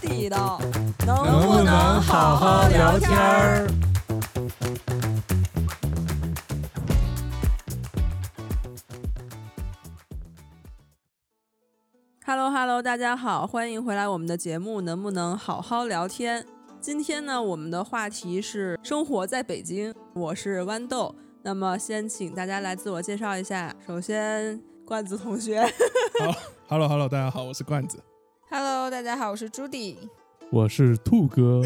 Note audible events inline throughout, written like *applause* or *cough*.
提到，能不能好好聊天儿？ ？Hello Hello，大家好，欢迎回来我们的节目，能不能好好聊天？今天呢，我们的话题是生活在北京，我是豌豆。那么先请大家来自我介绍一下，首先罐子同学 Hello Hello，大家好，我是罐子。 Hello，大家好，我是 Judy。我是 *laughs* 兔哥，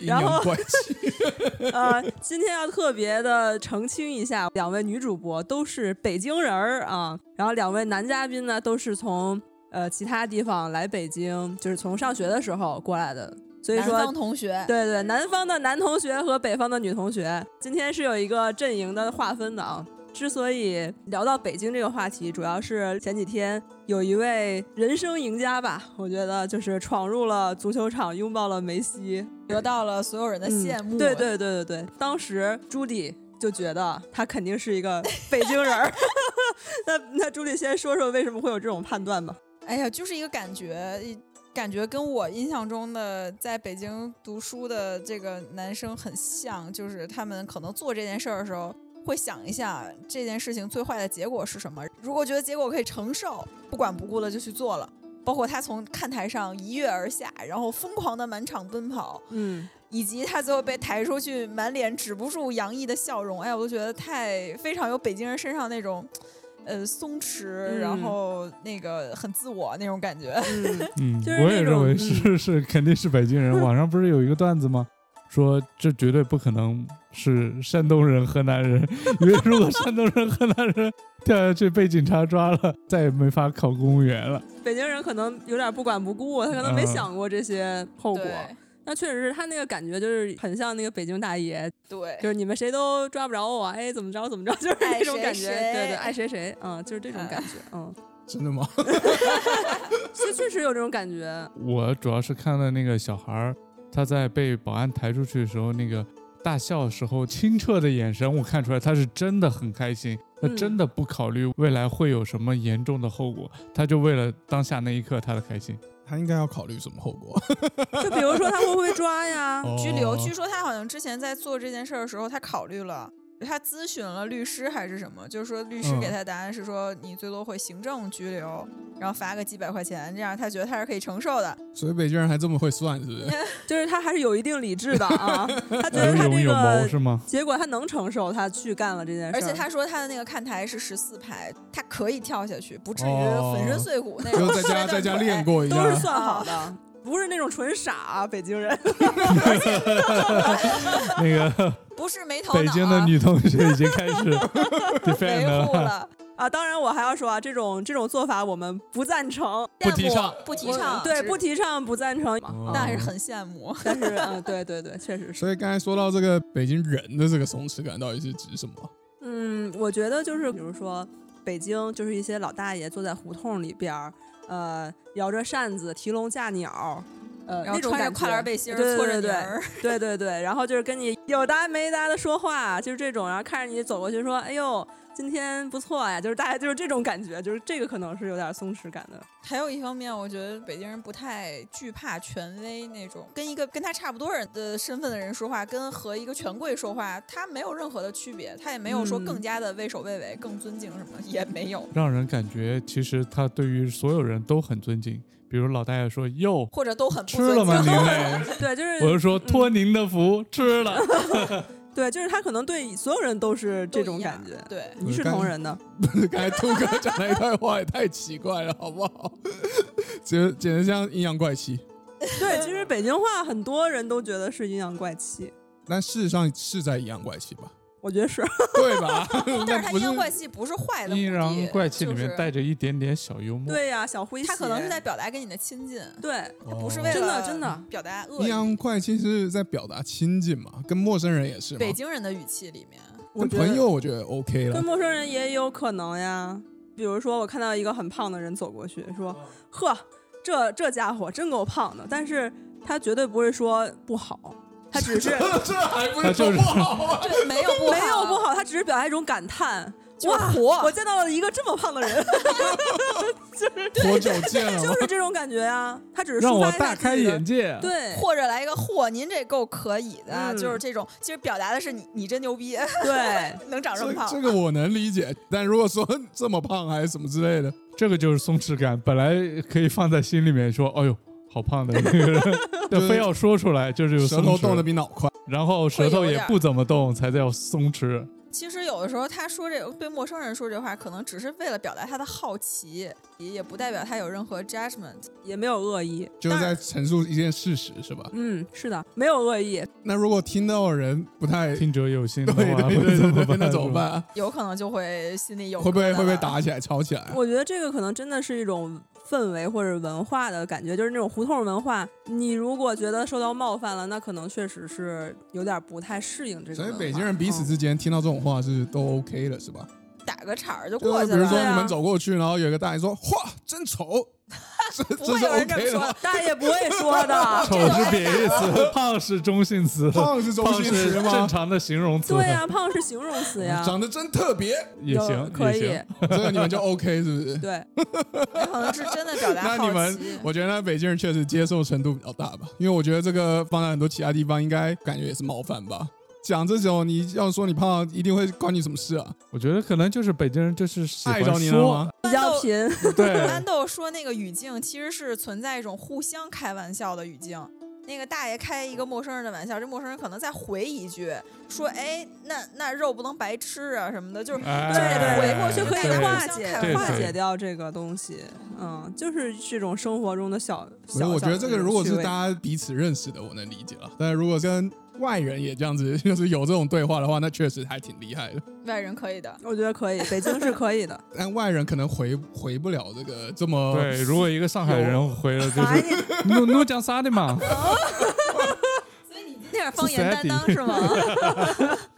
阴然后阳怪气，呃，今天要特别的澄清一下，两位女主播都是北京人儿啊，然后两位男嘉宾呢都是从呃其他地方来北京，就是从上学的时候过来的，所以南说方。同学，对对，南方的男同学和北方的女同学，今天是有一个阵营的划分的啊。之所以聊到北京这个话题，主要是前几天有一位人生赢家吧，我觉得就是闯入了足球场，拥抱了梅西，得到了所有人的羡慕。啊嗯对，对对对对，当时朱迪就觉得他肯定是一 *laughs* 个北京人儿。 *laughs* 那那朱迪先说说为什么会有这种判断吧？哎呀，就是一个感觉，感觉跟我印象中的在北京读书的这个男生很像，就是他们可能做这件事儿的时候。会想一下这件事情最坏的结果是什么？如果觉得结果可以承受，不管不顾的就去做了。包括他从看台上一跃而下，然后疯狂的满场奔跑，嗯，以及他最后被抬出去，满脸止不住洋溢的笑容，哎呀，我都觉得太非常有北京人身上那种，呃，松弛，嗯然后那个很自我那种感觉。嗯 *laughs* 嗯，就是我也那种认为是是肯定是北京 *laughs* 人。网上不是有一个段子吗？说这绝对不可能是山东人、河南人， *laughs* 因为如果山东人、河南人掉下去被警察抓了，再也没法考公务员了。 *laughs* 北京人可能有点不管不顾，他啊可能没嗯想过这些后果。对那确实是他那个感觉就是很像那个北京大爷，对，就是你们谁都抓不着我，哎，怎么着怎么着， *laughs* 就是爱那种谁感觉。谁对对，爱谁谁，嗯，就是这种感 *laughs* 觉，嗯，真的吗？其实确实有这种感觉，我主要是看了那个小孩儿，他在被保安抬出去的时候，那个大笑时候清澈的眼神，我看出来他是真的很开心，他嗯真的不考虑未来会有什么严重的后果，他就为了当下那一刻他的开心。他应该要考虑什么后果？就比如说他会不会抓呀？ *laughs* 哦拘留。据说他好像之前在做这件事儿的时候，他考虑了。他咨询了律师还是什么，就是说律师嗯给他答案是说你最多会行政拘留，然后罚个几百块钱，这样他觉得他是可以承受的。所以北京人还这么会算，是不是？就是他还是有一定理智的 *laughs* 啊，他觉得哎有他勇这有谋个是吗？结果他能承受，他去干了这件事儿。而且他说他的那个看台是十四排，他可以跳下去，不至哦于粉身碎骨那种。就在家在家练过一哎都是下，算好的，不是那种纯傻、啊、北京人。那个不是没头脑、啊，北京的女同学已经开 *laughs* 始 defend 维护了，了，啊，当然我还要说啊，这种这种做法我们不赞成，羡不慕提倡，不提倡，对，只不，提倡，不赞成。啊哦但是很羡 *laughs* 慕。但 *laughs* 是，嗯，对对对，确实是。所以刚才说到这个北京人的这个松弛感到底是指什么？嗯，我觉得就是比如说北京，就是一些老大爷坐在胡同里边儿，呃，摇着扇子，提笼架鸟。呃，然后那种穿着感觉跨栏背 *laughs* 心儿，对搓着对对泥对，儿，对对对，然后就是跟你有搭没搭的说话，就是这种，然后看着你走过去说：“哎呦，今天不错呀。”就是大家就是这种感觉，就是这个可能是有点松弛感的。还有一方面，我觉得北京人不太惧怕权威那种，跟一个跟他差不多人的身份的人说话，跟和一个权贵说话，他没有任何的区别，他也没有说嗯更加的畏首畏尾，更尊敬什么也没有，让人感觉其实他对于所有人都很尊敬。比如老大爷说：“哟，或者都很不吃尊了吗敬。*laughs* 您嘞对，就？”我是就说：“托您的福，吃了。对，就是他可能对所有人都是这种感觉，对，一视同 *laughs* 仁的。 *laughs* 刚才兔哥讲那一段话也太奇怪了，好不好？简简直像阴阳怪气。对，其实北京话很多人都觉得是阴阳怪气，但事实上是在阴阳怪气吧？我觉得是。对 *laughs* 吧？但是那他不阴是阳怪气不是”坏的目的，阴阳怪气里就面是带着一点点小幽默。对呀、小诙谐，他可能是在表达跟你的亲近，对，哦不是为了真的真的表达恶阴意。阳怪气是在表达亲近嘛，跟陌生人也是嘛。北京人的语气里面，我跟觉得朋友我觉得 OK *laughs* 了跟，陌生人也有可能呀。比如说，我看到一个很胖的人走过去，说：“呵，这这家伙真够胖的。”但是他绝对不会说不好，他只 *laughs* 是这还不他是就是不好啊？这没有不没有不好，好，他只是表达一种感叹。就是哇，活我见到了一个这么胖的 *laughs* 人，活久见了就 *laughs* 吗，是这种感觉呀。他只是让抒我发一大下开自己的眼。界。对或者来一个嚯，您这够可以的，嗯就是这种，其实表达的是你你真牛逼， *laughs* 对，能长这么这胖。这个我能理解，但如果说这么胖还是什么之类的，这个就是松弛感，本来可以放在心里面说，哎呦，好胖的那 *laughs* 个人，但非要说出来，就是有舌松头弛动得比脑快，然后舌头也不怎么动，才叫松弛。其实有的时候他说这对陌生人说这话，可能只是为了表达他的好奇，也也不代表他有任何 judgment。也没有恶意。就是在陈述一件事实，是吧？嗯，是的，没有恶意。那如果听到的人不太听啊者有心的对话，对会 *laughs* 怎对么对，办？。那怎么？办啊？有可能就会心里有会不会疙瘩啊会不会了打起来吵起来啊？我觉得这个可能真的是一种氛围或者文化的感觉，就是那种胡同文化。你如果觉得受到冒犯了，那可能确实是有点不太适应这个所文化。以北京人彼此嗯之间听到这种话是都 OK 的，是吧？打个岔儿就就过是去比如了？说对啊你们走过去，然后有一个大爷说：“哇，真丑。”这不这会是有人这么 OK 的说吗？大爷不会说的 *laughs* *laughs* 丑是贬义词，胖是中性词，胖是中胖心是词正吗？常的形容词，对呀、胖是形容词呀，长得真特别，也有行，可以也行。，这个你们就 OK 是不是？ *laughs* 对，也可能是真的表达那你好们奇，。我觉得北京人确实接受程度比较大吧，因为我觉得这个放在很多其他地方应该感觉也是冒犯吧。讲这种你要说你胖，一定会关你什么事啊？我觉得可能就是北京人就是喜爱欢着你了说吗，？比较贫， *laughs* *laughs* 对，安豆说那个语境其实是存在一种互相开玩笑的语境。那个大爷开一个陌生人的玩笑，这陌生人可能再回一句说：“哎，那那肉不能白吃啊什么的。”就是哎就是对回过我去就可大以家互化相解开对玩化笑解掉这个东西。嗯，就是这种生活中的小不是，小。我觉得这个如果是大，大家彼此认识的，我能理解了。但是如果跟外人也这样子， *laughs* 就是有这种对话的话，那确实还挺厉害的。外人可以的。我觉得可以，北京是可 *laughs* 以的。但外人可能回回不了这个这么对，如果一个上海人回了就哎是呀， “侬侬讲啥的嘛所以你今天是方言担当是吗？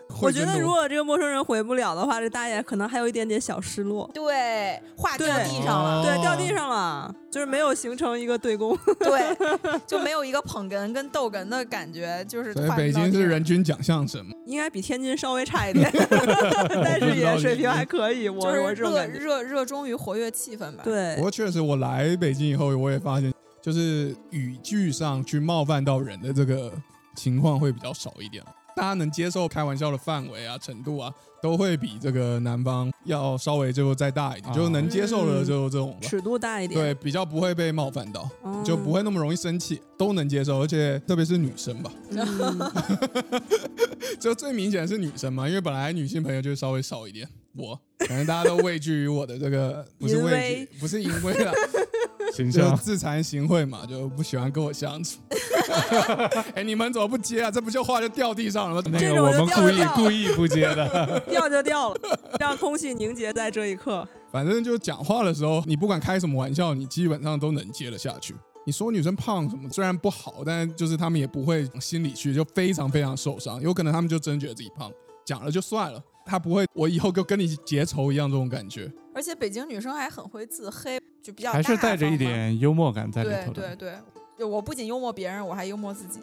我会觉真的得如果这个陌生人回不了的话，这大爷可能还有一点点小失落。 *laughs* 对，话掉对地上了，对，掉哦地上了，就是没有形成一个对攻。对，就没有一个捧哏跟逗哏的感觉，就是所以话北掉京地是上人均讲相声嘛， *laughs* 应该比天津稍微差一点， *laughs* 但是也水平还可以。我就我是这种热感觉，热热衷于活跃气氛吧。，对不，过确实我来北京以后，我也发现就是语句上去冒犯到人的这个情况会比较少一点，大家能接受开玩笑的范围啊、程度啊，都会比这个南方要稍微就再大一点，啊就是能接受的就这种吧。尺度大一点，对，比较不会被冒犯到，嗯就不会那么容易生气，都能接受，而且特别是女生吧，嗯 *laughs* 就最明显是女生嘛，因为本来女性朋友就稍微少一点，我反正大家都畏惧于我的 *laughs* 这个，不是淫畏威惧，不是淫威了，”，形就象自惭形秽嘛，就不喜欢跟我相处。 *laughs* 哎，你们怎么不接啊？这不就话就掉地上了吗？那这个种我就们掉故了意掉故意不接的， *laughs* 掉就掉了，让空气凝结在这一刻。反正就讲话的时候，你不管开什么玩笑，你基本上都能接得下去。你说女生胖什么，虽然不好，但就是他们也不会往心里去，就非常非常受伤。有可能他们就真觉得自己胖，讲了就算了，他不会我以后就跟你结仇一样这种感觉。 *laughs* 而且北京女生还很会自黑，就比较还是大带着一方嘛。点幽默感在里对头对的。对，就我不仅幽默别人，我还幽默自己。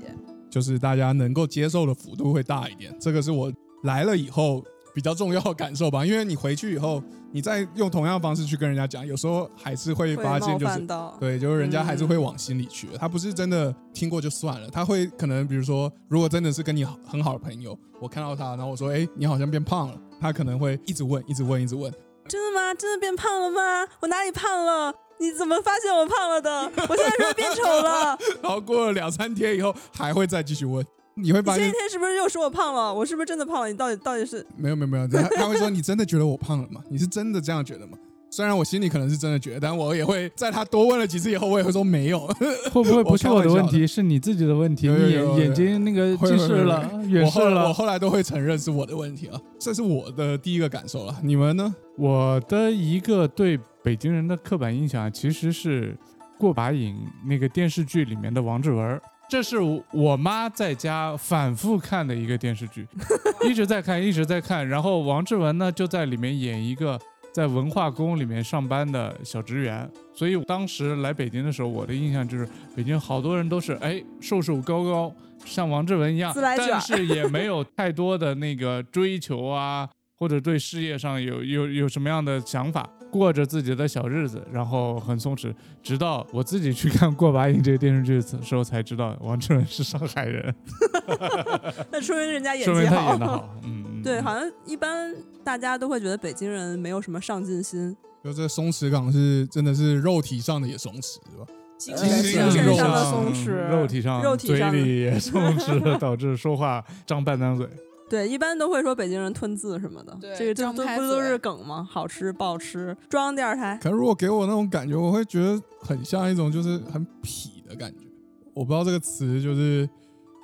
就是大家能够接受的幅度会大一点。这个是我来了以后比较重要的感受吧，因为你回去以后，你再用同样的方式去跟人家讲，有时候还是会会发现冒就是犯。到，对，就是人家还是会往心里去，他不是真的听过就算了，他会可能比如说，如果真的是跟你很好的朋友，我看到他，然后我说，哎，你好像变胖了，他可能会一直问，一直问，一直问， *laughs* 真的吗？真的变胖了吗？我哪里胖了？你怎么发现我胖了的？我现在是不是变丑了？然后过了两三天以后还会再继续问，你会你 *laughs* 发前现几天是不是又说我胖了？我是不是真的胖了？你到底到底是没有没有没有，他他会说你真的觉得我胖了吗？你是真的这样觉得吗？虽然我心里可能是真的觉得，但我也会在他多问了几次以后，我也会说没有。 *laughs* 会不会不是我的我问开玩笑题，是你自己的问题？有有有你有有眼眼睛那个会近会视会了，我远视后来我了。后来都会承认是我的问题了，这是我的第一个感受了。你们呢？我的一个对北京人的刻板印象啊其实是《过把瘾》那个电视剧里面的王志文儿。这是我妈在家反复看 *laughs* 的一个电视剧，一直在看，一直在看。然后王志文呢就在里面演一个在文化宫里面上班的小职员，所以当时来北京的时候，我的印象就是北京好多人都是哎瘦瘦高高，像王志文一样，自来卷但是也没有太多的那个追求啊，或者对事业上有有有什么样的想法，过着自己的小日子，然后很松弛。直到我自己去看《过把瘾》这个电视剧的时候，才知道王志文是上海人，那说明人家演说明技他好。演得好。嗯，嗯对，嗯好像一般大家都会觉得北京人没有什么上进心，就这松弛感是真的是肉体上的也松弛吧？精呃神精精神神上上的的松嗯弛，肉体上、肉体上的嘴里也松弛， *laughs* 导致说话张半张嘴。对，一般都会说北京人吞字什么的，对这个这张都开不都嘴是梗吗？好吃不好吃，中央电视台可能如果给我那种感觉，我会觉得很像一种就是很痞的感觉。我不知道这个词就是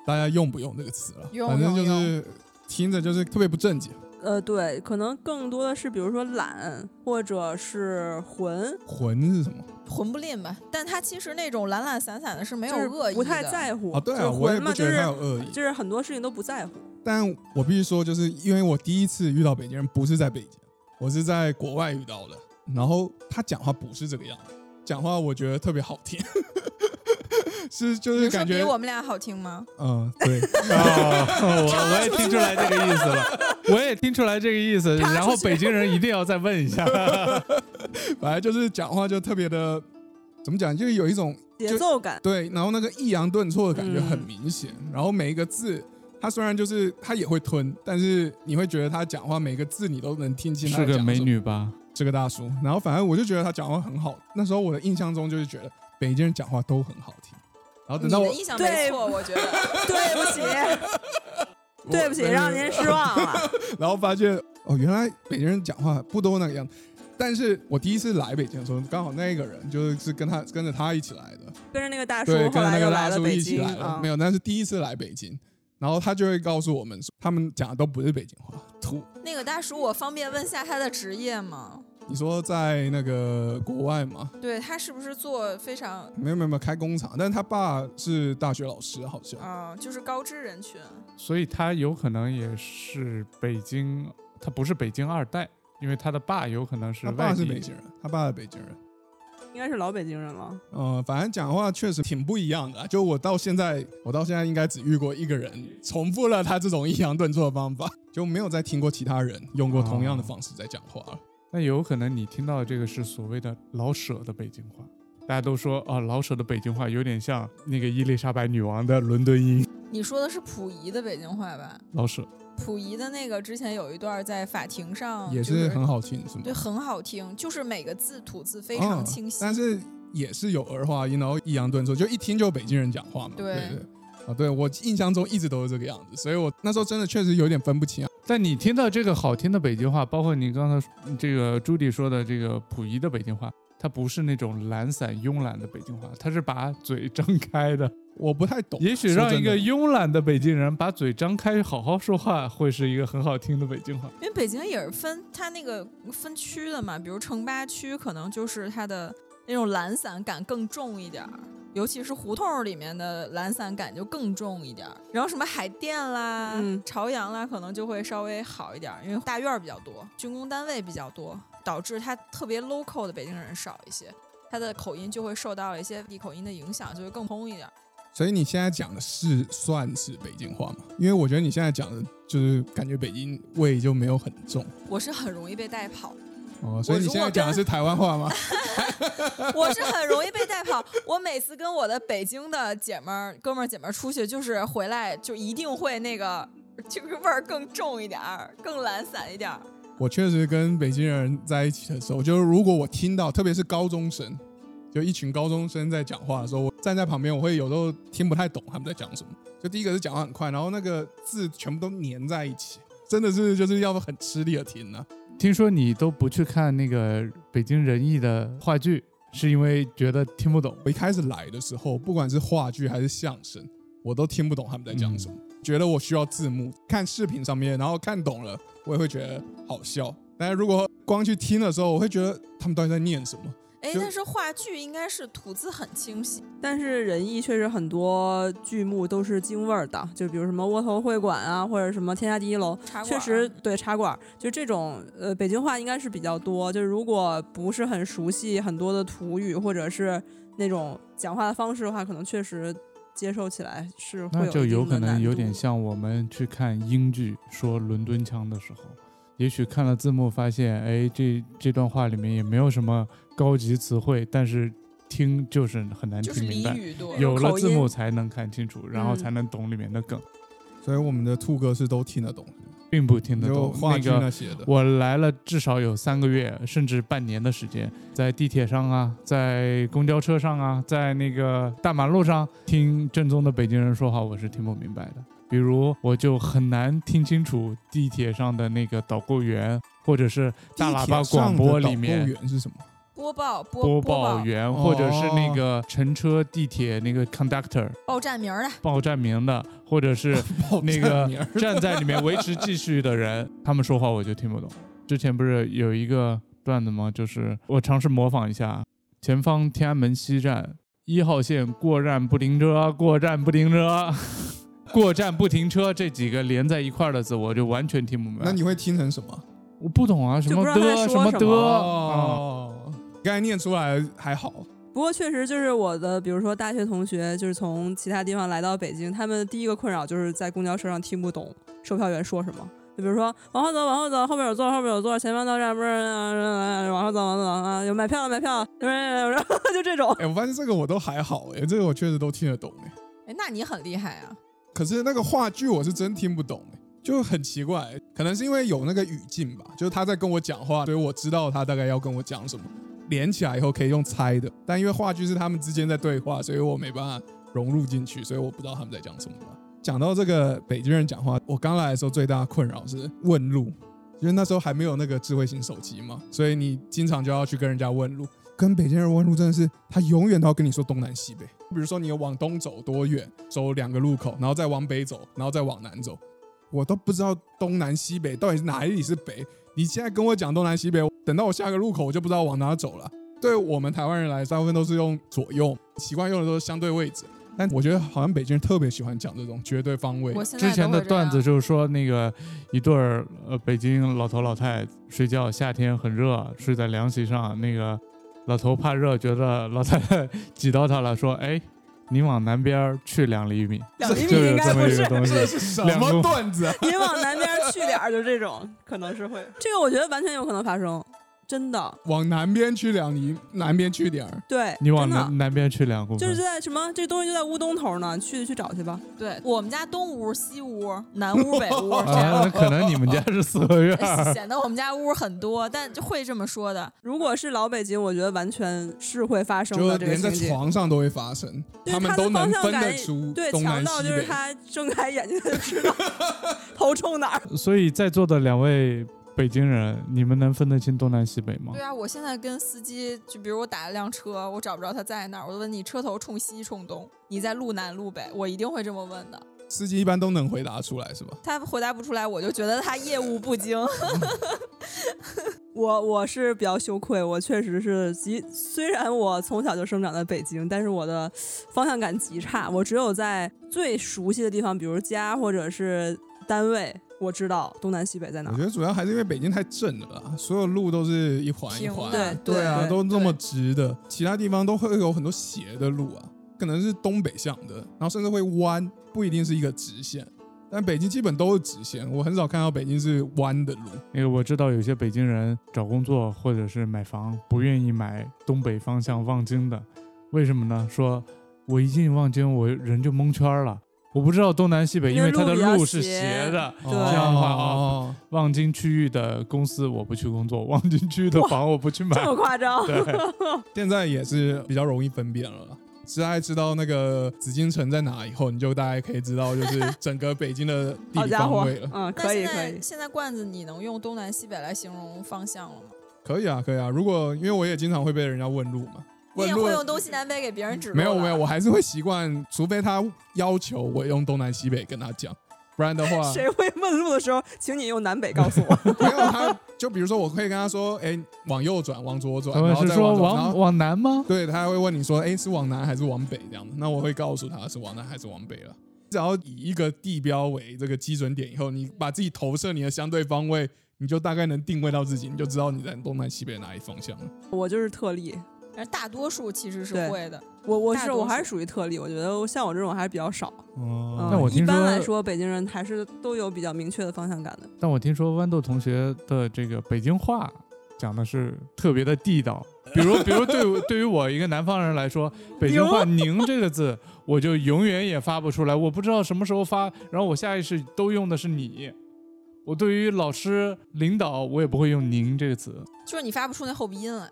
大家用不用这个词了，用反正就用是听着就是特别不正经，呃，对，可能更多的是比如说懒或者是混，混是什么？混不吝吧，但他其实那种懒懒散散的是没有就是恶意的，不太在乎啊，对就啊，是我也混不嘛，觉就得他是有恶意，就是很多事情都不在乎。但我必须说，就是因为我第一次遇到北京人不是在北京，我是在国外遇到的，然后他讲话不是这个样子，讲话我觉得特别好听， *laughs* 是就你是说感觉比我们俩好听吗？嗯对，哦， *laughs* 我我也听出来这个意思 *laughs* 了，我也听出来这个意思。插出去然后北京人一定要再 *laughs* 问一下，反正就是讲话就特别的，怎么讲，就是有一种节就奏 *laughs* 感，对，然后那个抑扬顿挫的感觉嗯很明显，然后每一个字。他虽然就是他也会吞，但是你会觉得他讲话每个字你都能听清。是个美，女吧？这个大叔。然后反正我就觉得他讲话很好。那时候我的印象中就是觉得北京人讲话都很好听。然后等你到的我印象对没错，我觉得。对不起，我哎对不起，让您失望 *laughs* 了。然后发现哦，原来北京人讲话不都那个样子。但是我第一次来北京的时候，刚好那个人就是是跟他跟着他一起来的，跟着那个大叔对，后跟着那来个又来大了叔北一起京来的，啊没，有，那是第一次来北京。然后他就会告诉我们，他们讲的都不是北京话，土。那个大叔，我方便问下他的职业吗？你说在那个国外嘛，对他是不是做非常没有没有没有开工厂，但是他爸是大学老师，好像。啊、就是高知人群？所以她有可能也是北京，她不是北京二代，因为她的爸有可能是他外爸地是北京人，他爸是北京人。应该是老北京人了。嗯，反正讲话确实挺不一样的啊。就我到现在，我到现在应该只遇过一个人重复了他这种抑扬顿挫的方法，就没有再听过其他人用过同样啊的方式在讲话了。那有可能你听到的这个是所谓的老舍的北京话，大家都说啊、老舍的北京话有点像那个伊丽莎白女王的伦敦音。你说的是溥仪的北京话吧？老舍溥仪的那个之前有一段在法庭啊上也就是很好听，是吗？对，很好听，就是每个字吐字非常嗯清晰。但是也是有儿化音，然后抑扬顿挫，就一听就北京人讲话嘛。对对对。啊，对我印象中一直都是这个样子，所以我那时候真的确实有点分不清啊。但你听到这个好听的北京话，包括你刚才这个朱迪说的这个溥仪的北京话，它不是那种懒散慵懒的北京话，它是把嘴张开的。我不太懂。也许哦说让真一的个慵懒的北京人把嘴张开好好说话，会是一个很好听的北京话。因为北京也是分它那个分区的嘛，比如城八区可能就是它的那种懒散感更重一点儿，尤其是胡同里面的懒散感就更重一点儿。然后什么海淀啦、嗯朝阳啦，可能就会稍微好一点儿，因为大院儿比较多，军工单位比较多，导致它特别 local 的北京人少一些，它的口音就会受到了一些地口音的影响，就会更通一点儿。所以你现在讲的是算是北京话吗？因为我觉得你现在讲的就是感觉北京味就没有很重我是很容易被带跑的哦，所以你现在讲的是台湾话吗？我是很容易被带跑。我每次跟我的北京的姐们儿、哥们儿、姐们儿出去，就是回来就一定会那个，这个味儿更重一点儿，更懒散一点儿。我确实跟北京人在一起的时候，就是如果我听到，特别是高中生，就一群高中生在讲话的时候，我站在旁边，我会有时候听不太懂他们在讲什么。就第一个是讲话很快，然后那个字全部都粘在一起，真的是就是要很吃力的听啊呢、听说你都不去看那个北京人艺的话剧，是因为觉得听不懂。我一开始来的时候，不管是话剧还是相声，我都听不懂他们在讲什么，觉得我需要字幕，看视频上面，然后看懂了，我也会觉得好笑。但是如果光去听的时候，我会觉得他们到底在念什么，哎，就但是话剧应该是吐字很清晰，但是仁义确实很多剧目都是京味儿的，就比如什么窝头会馆啊，或者什么天下第一楼，茶馆确儿实对茶馆儿，就这种呃北京话应该是比较多。就是如果不是很熟悉很多的土语或者是那种讲话的方式的话，可能确实接受起来是会那有就一定有的可能难有度点像我们去看英剧说伦敦腔的时候，也许看了字幕发现，哎，这这段话里面也没有什么高级词汇，但是听就是很难就是听明俚白。语多。有有了口字音幕才能看清楚，然后嗯才能懂里面的梗，所以我们的兔哥是都听得懂，并不听得就懂话那剧个那些的。我来了至少有三个月，甚至半年的时间，在地铁上啊，在公交车上啊，在那个大马路上听正宗的北京人说话，我是听不明白的。比如，我就很难听清楚地铁上的那个导购员，或者是大喇叭广播里地铁上的导面购员是什么？ *laughs* 播报播播报报员，哦或者是那个乘车地铁那个 conductor 报站名儿的，报站名的，或者是那报站个名 *laughs* 儿站在里面维持秩序的人， *laughs* 他们说话我就听不懂。之前不是有一个段子吗？就是我尝试模仿一下，前方天安门西站一号线过站不停车，过站不停车， *laughs* 过站不停车这几个连在一块儿的字，我就完全听不明白。那你会听成什么？我不懂啊，什么就不知道他在的啊说么什么的，哦，刚才念出来还好，不过确实就是我的，比如说大学同学，就是从其他地方来到北京，他们第一个困扰就是在公交车上听不懂售票员说什么。就比如说往后走，往后走，后边有座，后边有座，前方到站，不是嗯往后走，往后走啊，有买票了，买票了，嗯就这种。哎，我发现这个我都还好，哎，这个我确实都听得懂，哎。哎，那你很厉害啊！可是那个话剧我是真听不懂、欸，就很奇怪、可能是因为有那个语境吧，就是他在跟我讲话，所以我知道他大概要跟我讲什么。连起来以后可以用猜的，但因为话剧是他们之间在对话，所以我没办法融入进去，所以我不知道他们在讲什么吧。讲到这个北京人讲话，我刚来的时候最大的困扰是问路，因为那时候还没有那个智慧型手机嘛，所以你经常就要去跟人家问路。跟北京人问路真的是，他永远都要跟你说东南西北。比如说你往东走多远，走两个路口，然后再往北走，然后再往南走，我都不知道东南西北到底是哪里是北。你现在跟我讲东南西北，等到我下个路口，我就不知道往哪走了。对我们台湾人来，大部分都是用左右，习惯用的都是相对位置。但我觉得好像北京人特别喜欢讲这种绝对方位，我现在之前都会的这样段子就是说，那个一对儿呃北京老头老太睡觉，夏天很热，睡在凉席上，那个老头怕热，觉得老太 *laughs* 太挤到他了，说：“哎，你往南边儿去两厘米。”两厘米就有应该这么不一是个，东西，是什两么路段子啊？你往南边去点儿，就这种可能是会。这个我觉得完全有可能发生，真的。往南边去两厘，南边去点儿。对，你往真的南南边去两公就分是。在什么这东西就在乌东头呢，去去找去吧。对我们家东屋、西屋、南屋、北 *laughs* 屋这样啊，那可能你们家是四合 *laughs* 院儿， *laughs* *laughs* 显得我们家屋很多，但就会这么说的。如果是老北京，我觉得完全是会发生就的这个连在情景。床上都会发生，对们他的都能方向分得感出对，东强南到西就是北。他睁开眼睛就知道 *laughs* 头冲 *laughs* 哪儿。所以在座的两位北京人，你们能分得清东南西北吗对？啊，我现在跟司机，就比如我打了辆车，我找不着他在哪儿，我就问你车头冲西冲东，你在路南路北，我一定会这么问的。司机一般都能回答出来，是吧？他回答不出来，我就觉得他业务不精。 *laughs* 我我是比较羞愧，我确实是极，虽然我从小就生长在北京，但是我的方向感极差，我只有在最熟悉的地方，比如家或者是单位，我知道东南西北在哪我觉儿。得主要还是因为北京太正了啦，所有路都是一环一环，平的对啊，对都这么直的，其他地方都会有很多斜的路啊，可能是东北向的，然后甚至会弯，不一定是一个直线。但北京基本都是直线，我很少看到北京是弯的路。那个我知道有些北京人找工作或者是买房不愿意买东北方向望京的，为什么呢？说我一进望京，我人就蒙圈了，我不知道东南西北，因因为为它的路比较路是斜斜的。对哦这样的话哦，望京区域的公司我不去工作，望京区域的房我不去买这。么夸张？对， *laughs* 现在也是比较容易分辨了啦。只大概知道那个紫禁城在哪以后，你就大概可以知道，就是整个北京的地好理家方伙位了，。嗯，那可以现可以 *laughs* 在。现在罐子，你能用东南西北来形容方向了吗？可以啊，可以啊。如果因为我也经常会被人家问路嘛，你问也路会用东西南北给别人指路没有没有，*laughs* 了我还是会习惯，除非他要求我用东南西北跟他讲。不然的话，谁会问路的时候，请你用南北告诉我。没有他，就比如说我可以跟他说，哎，往右转，往左转，他然们后是再说往左，然往后往南吗？对他还会问你说，哎，是往南还是往北这样的？那我会告诉他是往南还是往北了。只要以一个地标为这个基准点以后，你把自己投射你的相对方位，你就大概能定位到自己，你就知道你在东南西北哪一方向了。 *laughs* 我就是特例，但是大多数其实是对会的。我我大是多数我还是属于特例，我觉得像我这种还是比较少。那嗯我一听般说来说，北京人还是都有比较明确的方向感的。但我听说豌豆同学的这个北京话讲的是特别的地道，比如 *laughs* 比如对我对于我一个南方人来说，北京话“您”这个字，我就永远也发不出来，我不知道什么时候发，然后我下意识都用的是“你”。我对于老师、领导，我也不会用“您”这个词，就是你发不出那后鼻音来，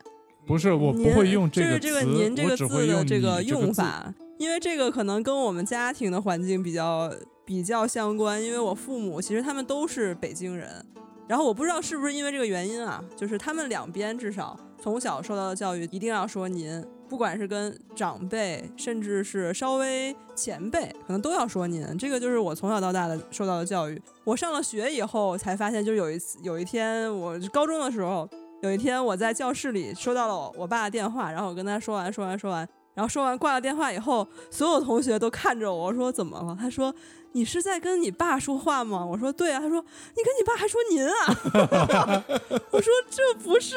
不是我不您会用就是个这词，个“您”这我个只字会的用这个个用字。法，因为这个可能跟我们家庭的环境比较比较相关。因为我父母其实他们都是北京人，然后我不知道是不是因为这个原因啊，就是他们两边至少从小受到的教育一定要说“您”，不管是跟长辈，甚至是稍微前辈，可能都要说“您”。这个就是我从小到大的受到的教育。我上了学以后才发现，就是有一次有一天，我高中的时候。有一天我在教室里收到了我我爸的电话，然后我跟他说完说完说完，然后说完挂了电话以后，所有同学都看着我，我说怎么了？他说你是在跟你爸说话吗？我说对啊。他说你跟你爸还说您啊？ *laughs* 我说这不是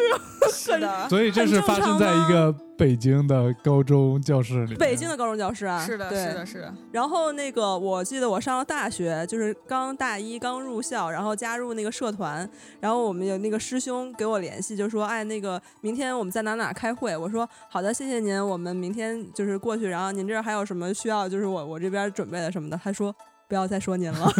是的，所以这很是正发生常在一吗个北京的高中教室里面。北京的高中教师啊？是的，对是的，是的，然后那个，我记得我上了大学，就是刚大一刚入校，然后加入那个社团，然后我们有那个师兄给我联系，就说，哎，那个明天我们在哪哪开会。我说好的，谢谢您，我们明天就是过去。然后您这儿还有什么需要，就是我我这边准备的什么的。他说不要再说您了，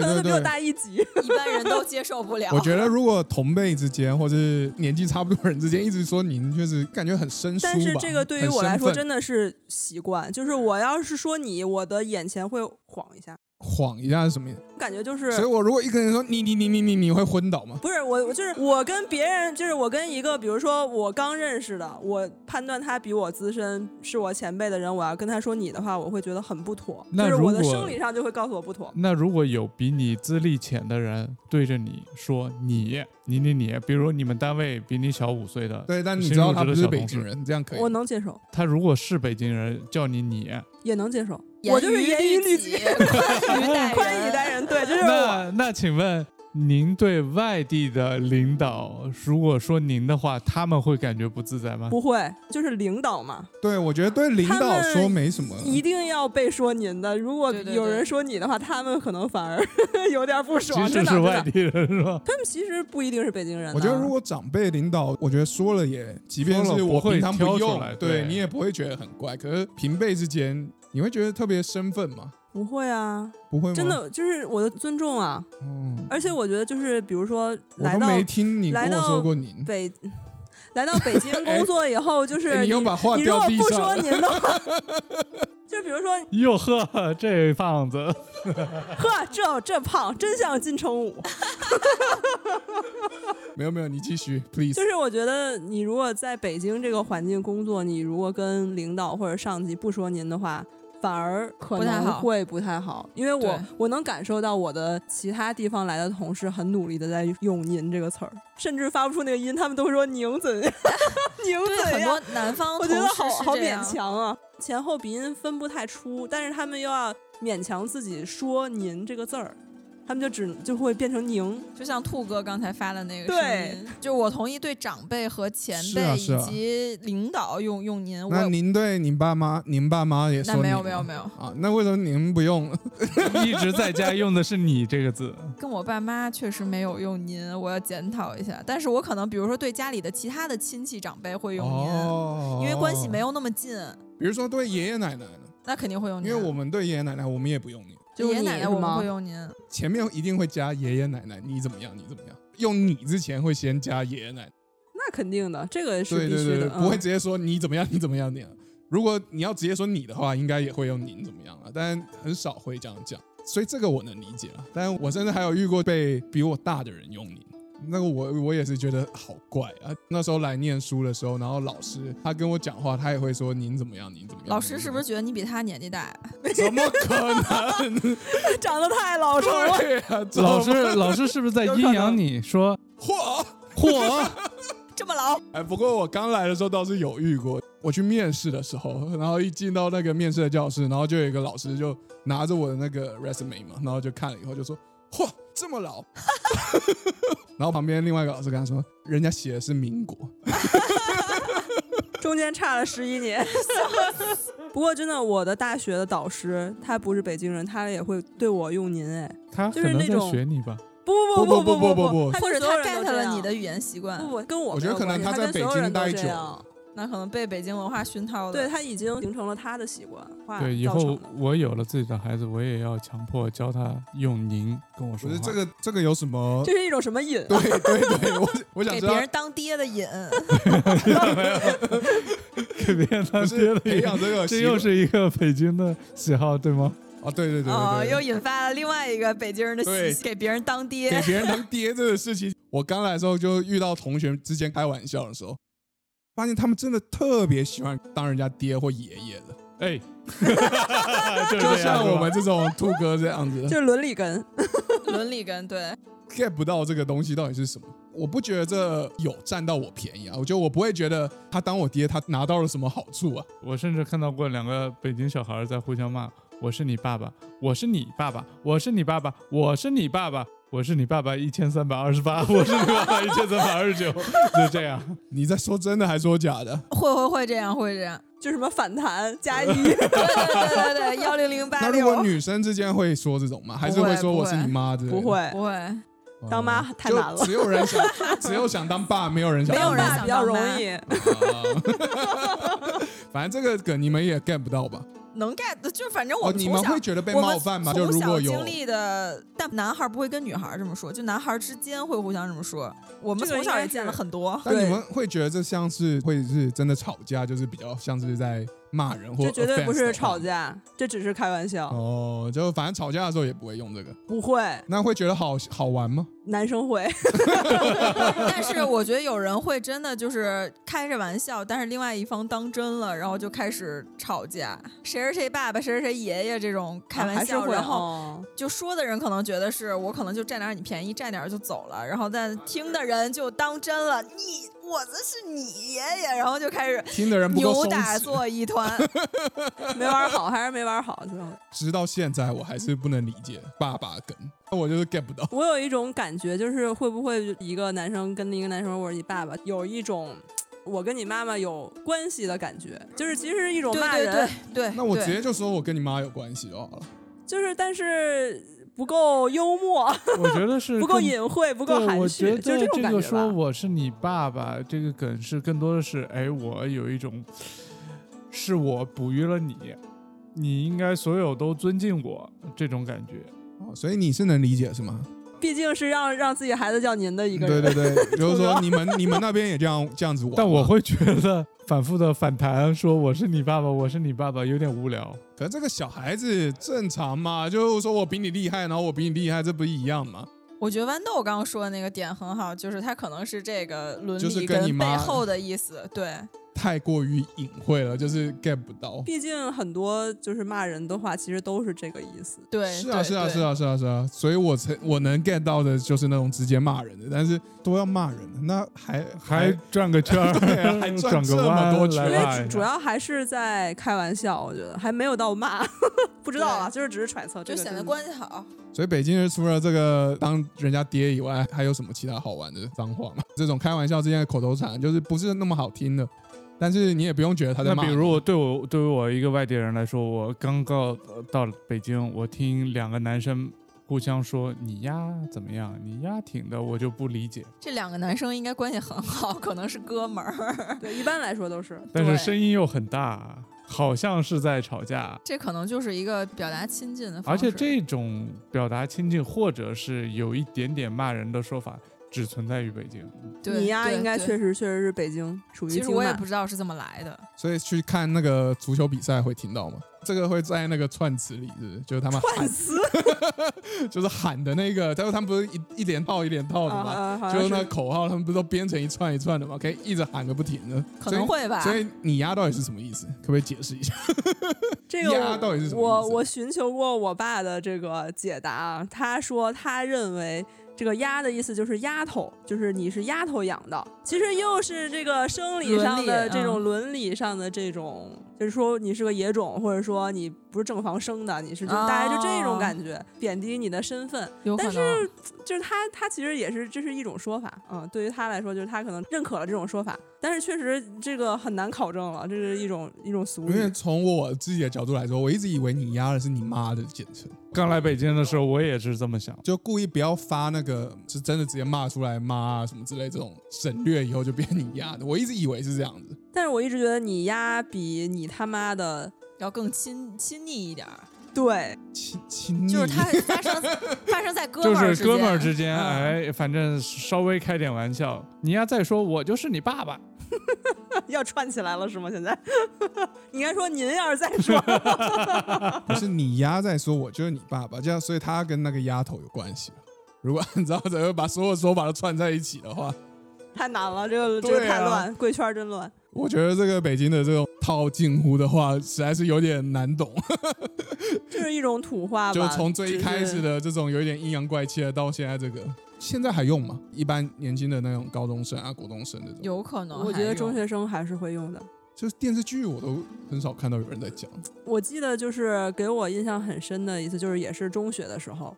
*laughs* 可能就对比我对，大一级。一般人都接受不了。我觉得如果同辈之间或是年纪差不多人之间一直说您，确实感觉很生疏吧。但是这个对于我来说很生分真的是习惯，就是我要是说你，我的眼前会晃一下，晃一下是什么意思？感觉就是所以我如果一个人说你你你你你你会昏倒吗？不是我，我就是我跟别人，就是我跟一个，比如说我刚认识的，我判断他比我资深，是我前辈的人，我要跟他说你的话，我会觉得很不妥，那就是我的如果生理上就会告诉我不妥。那如果有比你资历浅的人对着你说你你你你，比如你们单位比你小五岁的，对，但你心知道入他直不的是小北同京志人，这样可以我吗。能接受，他如果是北京人叫你你，也能接受，严我就是于严于律律己，，宽于 *laughs* 待宽以人待人，对，这就是我。那那请问您对外地的领导，如果说您的话，他们会感觉不自在吗？不会，就是领导嘛，对，我觉得对领他导们说没什么。一定要被说您的。如果对对有对人说你的话，他们可能反而 *laughs* 有点不爽。即啊真的，使是真外的，地人是 *laughs* 吧？他们其实不一定是北啊京人啊的。我觉得如果长辈领导，我觉得说了也，即便说是了我不会平常挑不出用来，对对你也不会觉得很怪。可是平辈之间，你会觉得特别生分吗？不会啊，不会吗？真，的就是我的尊重啊。嗯，而且我觉得就是比如说我来都到没听你来跟我到说过您。北，来到 *laughs* 北京工作以后，就哎是你又把话你如掉果地不上说了您的话，就比如说哟呵，这胖子， *laughs* 呵，这这胖真像金城武。 *laughs* 没有没有，你继续就，please。是我觉得你如果在北京这个环境工作，你如果跟领导或者上级不说您的话。反而可不太能好会不太好，因为我对我能感受到我的其他地方来的同事很努力的在用“您”这个词儿，甚至发不出那个音，他们都说“宁 *laughs* 怎样，宁对怎很样多”，南方我觉得同事好是好这勉样。强啊，前后鼻音分不太出，但是他们又要勉强自己说“您”这个字儿，他们就只就会变成“宁就像兔哥刚才发的那个对声音，就我同意对长辈和前是啊辈是以啊及领导用用您，那我您对您爸妈，您爸妈也说那没有您没有吗没有，啊？那为什么您不用？一直在家用的是你这 *laughs* 个字，跟我爸妈确实没有用您，我要检讨一下。但是我可能比如说对家里的其他的亲戚长辈会用您，哦，因为关系没。有那么近，比如说对爷爷奶奶呢，那肯定会用因您。为我们对爷爷奶奶，我们也不用您。就爷爷奶奶用你是我们吗会用您，前面一定会加爷爷奶奶，你怎么样？你怎么样？用你之前会先加爷爷奶奶，”，那肯定的，这个是对必对须对的对，，嗯不会直接说你怎么样，你怎么样那样。如果你要直接说你的话，应该也会用您怎么样啊，但很少会这样讲，所以这个我能理解啊。但我甚至还有遇过被比我大的人用您，那个我我也是觉得好怪啊。那时候来念书的时候，然后老师他跟我讲话，他也会说您怎么样，您怎么样。老师您是怎不么是觉得你比他年纪 *laughs* 大？样？怎么可能？长得太老成了。对啊，怎么老师，老师是不是在阴阳你说？嚯！嚯，这么 *laughs* 老，哎，不过我刚来的时候倒是有遇过，我去面试的时候，然后一进到那个面试的教室，然后就有一个老师就拿着我的那个 resume 嘛，然后就看了以后就说：“嚯，这么老！”然后旁边另外一个老师跟他说：“人家写的是民国。中间差了十一年。不过真的，我的大学的导师他不是北京人，他也会对我用您哎，他可就是能那在种学你吧？不不不不不不不不，不或者他他跟所有人 get 都这了样你的语言习惯，不不跟我我觉没有得可关能系他他在跟北所有人京都待这久样那可能被北京文化熏陶的。对他已经形成了他的习惯，化对，以造成后的我有了自己的孩子，我也要强迫教他用您跟我”我说觉话。得这个这个有什么这？是一种什么瘾？啊对对对，我我想给知别道人当爹的瘾，给 *laughs* 别人不当爹是的培养这个习这惯，又是一个北京的喜好，对吗？啊，对对对哦，对又对，引发了另外一个北京人的对习给别人当给爹，别人当爹这个事情， *laughs* 我刚来的时候就遇到同学之间开玩笑的时候，发现他们真的特别喜欢当人家爹或爷爷的。 *laughs* 哎，就就这样像我们这种兔哥这样子就是伦理根，伦理根对。 ，get 不到这个东西到底是什么。我不觉得这有占到我便宜啊，我觉得我不会觉得他当我爹，他拿到了什么好处啊。我甚至看到过两个北京小孩儿在互相骂：“我是你爸爸，我是你爸爸，我是你爸爸，我是你爸爸，我是你爸爸一千三百二十八，我是你爸爸一千三百二十九。” *laughs* 就这样，你在说真的还说假的？会会会这样，会这样。 *laughs* 就什么反弹 *laughs* 加一，对对对对对，幺零零八那如果六女生之间会说这种吗？还是会说我是你妈之类的？不，会不会，哦当妈太难了就只有人想，只有想当爸，没 *laughs* 有人想没当当有人爸想比较当容妈易。爸 *laughs* 反正这个梗你们也 get 不到吧？能 get 的就反正哦，我们你从们小会觉得被我冒们犯吗？就从如小果有经历的，但男孩不会跟女孩这么说，就男孩之间会互相这么说。我们这个从应小该也见了是很多，但对你们会觉得这像是会是真的吵架，就是比较像是在骂人或这绝对不 offense 的话是吵架，这只是开玩笑，哦，就反正吵架的时候也不会用这个。不会，那会觉得好好玩吗？男生会， *laughs* 但是我觉得有人会真的就是开着玩笑，但是另外一方当真了，然后就开始吵架，谁是谁爸爸，谁是谁爷爷这种 *laughs* 开还玩是笑，会然后哦就说的人可能觉得是我可能就占点儿你便宜，占点儿就走了，然后但听的人就当真了，你我这是你爷爷，然后就开始听的人不够扭松弛，打 *laughs* 作一团。 *laughs* 没玩好，还是没玩好。最后直到现在我还是不能理解爸爸梗，我就是 get 不到。我有一种感觉，就是会不会一个男生跟另一个男生说我是你爸爸，有一种我跟你妈妈有关系的感觉，就是其实是一种对骂对人，对对，那我对直接就说我跟你妈有关系就好了。就是但是不够幽默，我觉得 *laughs* 是不够更隐晦，不够对含我蓄，觉就是得这种这感个觉说吧。我是你爸爸这个梗是更多的是，哎，我有一种是我哺育了你，你应该所有都尊敬我这种感觉。哦，所以你是能理解是吗？毕竟是让让自己孩子叫您的一个对人，对对， *laughs* 就是说你们你们那边也这样这样子玩吗，但我会觉得反复的反弹，说我是你爸爸，我是你爸爸，有点无聊。可是这个小孩子正常嘛，就是说我比你厉害，然后我比你厉害，这不一样吗？我觉得豌豆刚刚说的那个点很好，就是他可能是这个伦就是理跟你跟背妈后的意思，对。太过于隐晦了，就是 get 不到。毕竟很多就是骂人的话，其实都是这个意思。对，是啊，对是啊，对是啊，是啊，是啊，所以我才我能 get 到的就是那种直接骂人的，但是都要骂人的，那还还转个圈对啊儿， *laughs* 还转转这个么弯多圈因来为骂主一主下要还是在开玩笑，我觉得还没有到骂， *laughs* 不知道啊，就是只是揣测，就这个显真得的关系好。所以北京人除了这个当人家爹以外，还有什么其他好玩的脏话吗？这种开玩笑之间的口头禅，就是不是那么好听的，但是你也不用觉得他在那骂比你。如我对我对于我一个外地人来说，我刚到到北京，我听两个男生互相说你呀怎么样，你呀挺的，我就不理解。这两个男生应该关系很好，可能是哥们儿，对，一般来说都是。但是对声音又很大，好像是在吵架。这可能就是一个表达亲近的方而式。且这种表达亲近，或者是有一点点骂人的说法，只存在于北京。对你呀，对应该对确实确实是北京，属于其实京我也外不知道是这么来的，所以去看那个足球比赛会听到吗？这个会在那个串词里，是不是？就是他们串 *laughs* 喊，词就是喊的那个，他说他们不是一一连套一连套的吗？啊，好像哦就是那是口号，他们不是都编成一串一串的吗？可以一直喊个不停的，可能会吧。啊所以。所以你丫到底是什么意思？可不可以解释一下？这个呀我到底是什么意我思我寻求过我爸的这个解答啊，他说他认为这个“丫”的意思就是丫头，就是你是丫头养的。其实又是这个生理上伦的理啊这种伦理上的这种，就是说你是个野种，或者说你不是正房生的，你是就哦大概就这种感觉，贬低你的身份。有可但能啊是就是他他其实也是这是一种说法啊、嗯，对于他来说就是他可能认可了这种说法，但是确实这个很难考证了，这是一种一种俗 *laughs* 因为语。从我自己的角度来说，我一直以为你丫的是你妈的简称，刚来北京的时候，我也是这么想。就故意不要发那个是真的直接骂出来妈啊什么之类这种省略，以后就变你丫的。我一直以为是这样子，但是我一直觉得你丫比你他妈的要更亲亲昵一点儿，对， *laughs* 亲亲昵，就是 *laughs* 它发生发生在哥就们儿是哥们儿之之间，嗯哎，反正稍微开点玩笑，你要再说我就是你爸爸，要串起来了是吗？现在 *laughs* 你应该说您要是再说， *laughs* 不是你丫在说我就是你爸爸，这样，所以他跟那个丫头有关系。如果按照这个把所有说法都串在一起的话，太难了，这个这个对太啊乱，贵圈真乱。我觉得这个北京的这种套近乎的话，实在是有点 *laughs* 难懂。就是一种土话吧，就从最一只开始是的这种有一点阴阳怪气的，到现在这个，现在还用吗？一般年轻的那种高中生啊、国中生这种，有可能还有。我觉得中学生还是会用的。就是电视剧我都很少看到有人在讲。我记得就是给我印象很深的一次，就是也是中学的时候，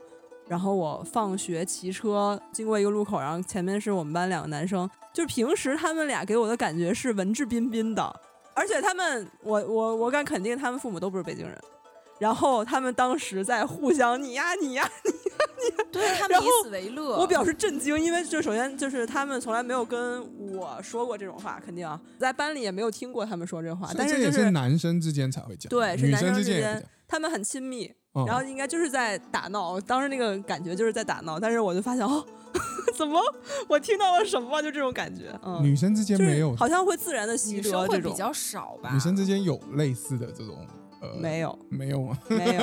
然后我放学骑车经过一个路口，然后前面是我们班两个男生，就是平时他们俩给我的感觉是文质彬彬的，而且他们，我我我敢肯定他们父母都不是北京人。然后他们当时在互相你呀你呀，对他然们以此为乐。我表示震惊，因为就首先就是他们从来没有跟我说过这种话，肯定啊，在班里也没有听过他们说这话，但这就也是男生之间才会讲，对是女男生生之之间也间会讲。他们很亲密，嗯然后应该就是在打闹，当时那个感觉就是在打闹，但是我就发现哦， *laughs* 怎么我听到了什么？就这种感觉，嗯，女生之间就是没有，好像会自然的习女得生这会比种，较少吧？女生之间有类似的这种，呃，没有没有啊，没 *laughs* 有，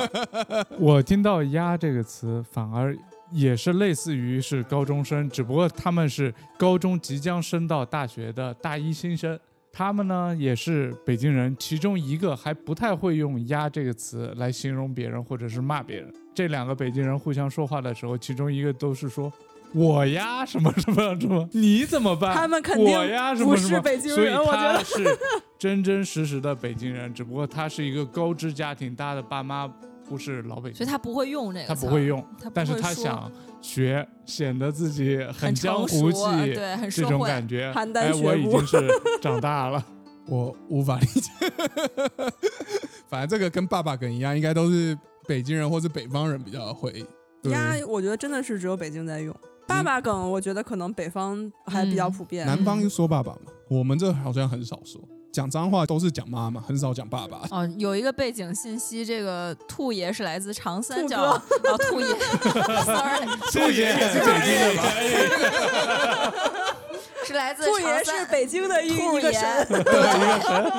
我听到“丫”这个词，反而也是类似于是高中生，只不过他们是高中即将升到大学的大一新生。他们呢也是北京人，其中一个还不太会用“丫”这个词来形容别人或者是骂别人。这两个北京人互相说话的时候，其中一个都是说“我呀什么什么什么，你怎么办？”他们肯定我呀什不么是什么，北京人所以我觉他得是真真实实的北京人，只不过他是一个高知家庭，他的爸妈不是老北京人，所以他不会用这个，他不会，用，他不但是会他说想学，显得自己很江成湖熟啊呃气，对，很这社种会。感觉。邯郸哎，学我已步经是长大了， *laughs* 我无法理解。 *laughs* 反正这个跟爸爸梗一样，应该都是北京人或是北方人比较会。对呀，我觉得真的是只有北京在用。爸爸梗，我觉得可能北方还嗯比较普遍。南方说爸爸嘛，我们这好像很少说，讲脏话都是讲妈妈，很少讲爸 *laughs* 爸。哦，有一个背景信息，这个兔爷是来自长三兔角，哥哦，兔爷 *laughs* ，sorry，谢谢，是北 *laughs* 京的吧？是来自兔长爷是三北京的一兔一个爷。神，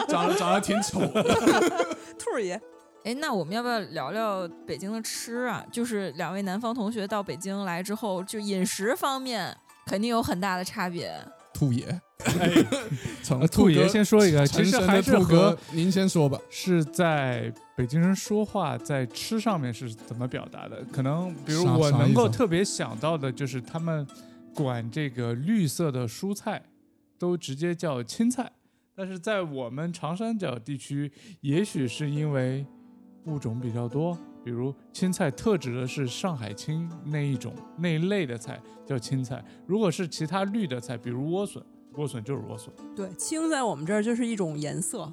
长得长得挺丑的， *laughs* 兔爷哎，那我们要不要聊聊北京的吃啊？就是两位南方同学到北京来之后，就饮食方面肯定有很大的差 *laughs* 别。兔爷。从呃兔爷哥先说一 *laughs* 个， *laughs* 其陈实升还的是兔哥和，您先说吧。是在北京人说话在吃上面是怎么表达的。可能比如啥我啥能意够思特别想到的就是他们管这个绿色的蔬菜都直接叫青菜，但是在我们长三角地区，也许是因为物种比较多，比如青菜特指的是上海青那一种那一类的菜叫青菜，如果是其他绿的菜，比如莴笋，莴笋就是莴笋。对青在我们这儿就是一种颜色，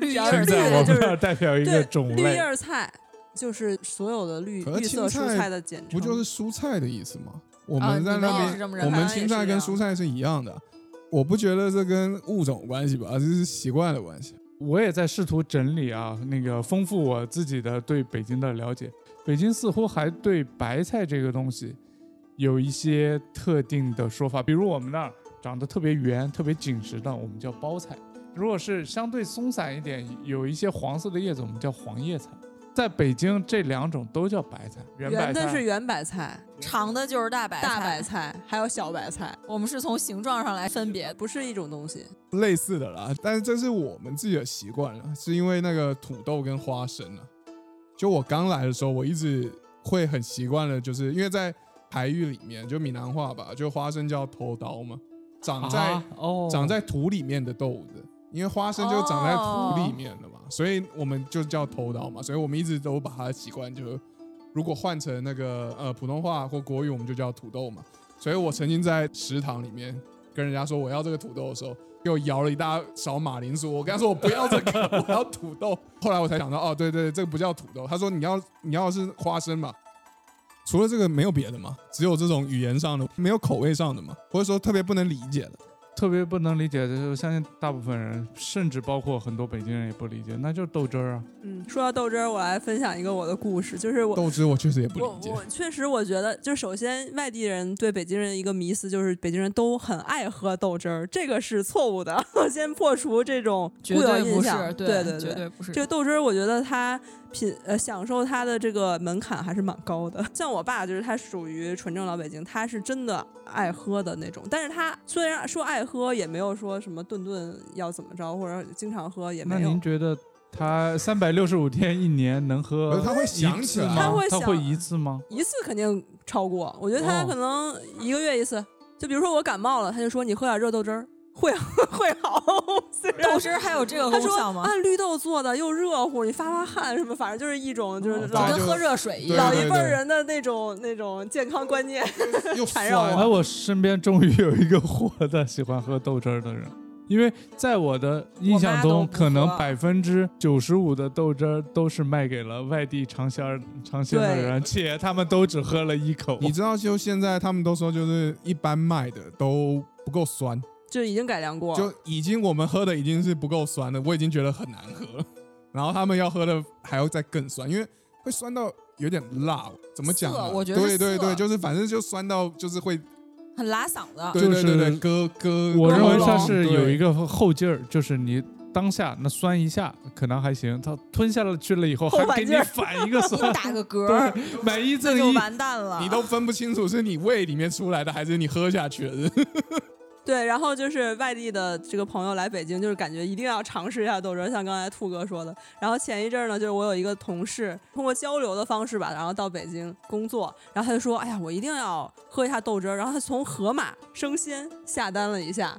绿叶叶儿儿现菜在我菜就是们要代表一对个种绿类叶。儿菜就是所有的绿可是绿色青菜蔬菜的简称，不就是蔬菜的意思吗？我啊们在你那们也边是这么认我为们反正也青菜是跟这样蔬菜是一样的，我不觉得这跟物种有关系吧，这是习惯的关系。我也在试图整理啊，那个丰富我自己的对北京的了解。北京似乎还对白菜这个东西有一些特定的说法，比如我们那儿长得特别圆、特别紧实的，我们叫包菜；如果是相对松散一点，有一些黄色的叶子，我们叫黄叶菜。在北京，这两种都叫白菜，圆白圆的是菜。圆白菜、长的就是大白大白白，菜，还有小白菜，我们是从形状上来分别的。不是一种东西。类似的啦，但是这是我们自己的习惯了，是因为那个土豆跟花生啊。就我刚来的时候，我一直会很习惯的，就是因为在台语里面，就闽南话吧，就花生叫头刀嘛，长在、啊哦，长在土里面的豆子，因为花生就长在土里面的嘛，所以我们就叫头刀嘛，所以我们一直都把它的习惯就，如果换成那个呃普通话或国语，我们就叫土豆嘛。所以我曾经在食堂里面跟人家说我要这个土豆的时候，给我摇了一大勺马铃薯，我跟他说我不要这个，我要土豆。后来我才想到，哦，对对，这个不叫土豆。他说你要你要的是花生嘛，除了这个没有别的嘛，只有这种语言上的，没有口味上的嘛，或者说特别不能理解的。特别不能理解的是，我相信大部分人，甚至包括很多北京人也不理解，那就是豆汁儿啊。嗯，说到豆汁儿，我来分享一个我的故事，就是我 *laughs* 豆汁我确实也不我理解。我确实，我觉得，就首先外地人对北京人一个迷思，就是北京人都很爱喝豆汁儿，这个是错误的。 *laughs* 先破除这种绝固有对不印是象，，对对绝对不是。这个豆汁儿，我觉得它品呃享受它的这个门槛还是蛮高的。 *laughs* 像我爸就是他属于纯正老北京，他是真的爱喝的那种。但是他虽然说爱喝，也没有说什么顿顿要怎么着，或者经常喝也那没有您。觉得他三百六十五天一年能喝呃一次吗？他会想起来他会他想会一次吗？一次肯定超过，我觉得他哦可能一个月一次。就比如说我感冒了，他就说你喝点热豆汁儿会会好。 *laughs* 虽然豆汁儿还有这个他功说效吗？啊，绿豆做的又热乎，你发发汗什么，反正就是一种哦就是啊老对跟喝热水一对老样。一辈儿人的那种那种健康观念。又缠绕哎，酸，我身边终于有一个活的喜欢喝豆汁儿的人，因为在我的印象我妈都中，不喝可能百分之九十五的豆汁儿都是卖给了外地尝鲜儿尝鲜的人，且他们都只喝了一口。你知道，就现在他们都说，就是一般卖的都不够酸， *laughs* 就已经改良过，就已经我们喝的已经是不够酸了，我已经觉得很难喝了。然后他们要喝的还要再更酸，因为会酸到有点辣，哦怎么讲呢、啊涩我觉得对对涩啊对，就是反正就酸到就是会，很拉嗓子，对对对就是对，割割。我割认为喉它咙是有一对个后劲儿，就是你当下那酸一下可能还行，它吞下了去了以后后还反给你劲儿反一 *laughs* 个你酸，打个嗝儿买一赠就一。完蛋了。你都分不清楚是你胃里面出来的还是你喝下去的。对，然后就是外地的这个朋友来北京，就是感觉一定要尝试一下豆汁儿，像刚才兔哥说的。然后前一阵儿呢，就是我有一个同事通过交流的方式吧，然后到北京工作，然后他就说：“哎呀，我一定要喝一下豆汁儿。”然后他从盒马生鲜下单了一下，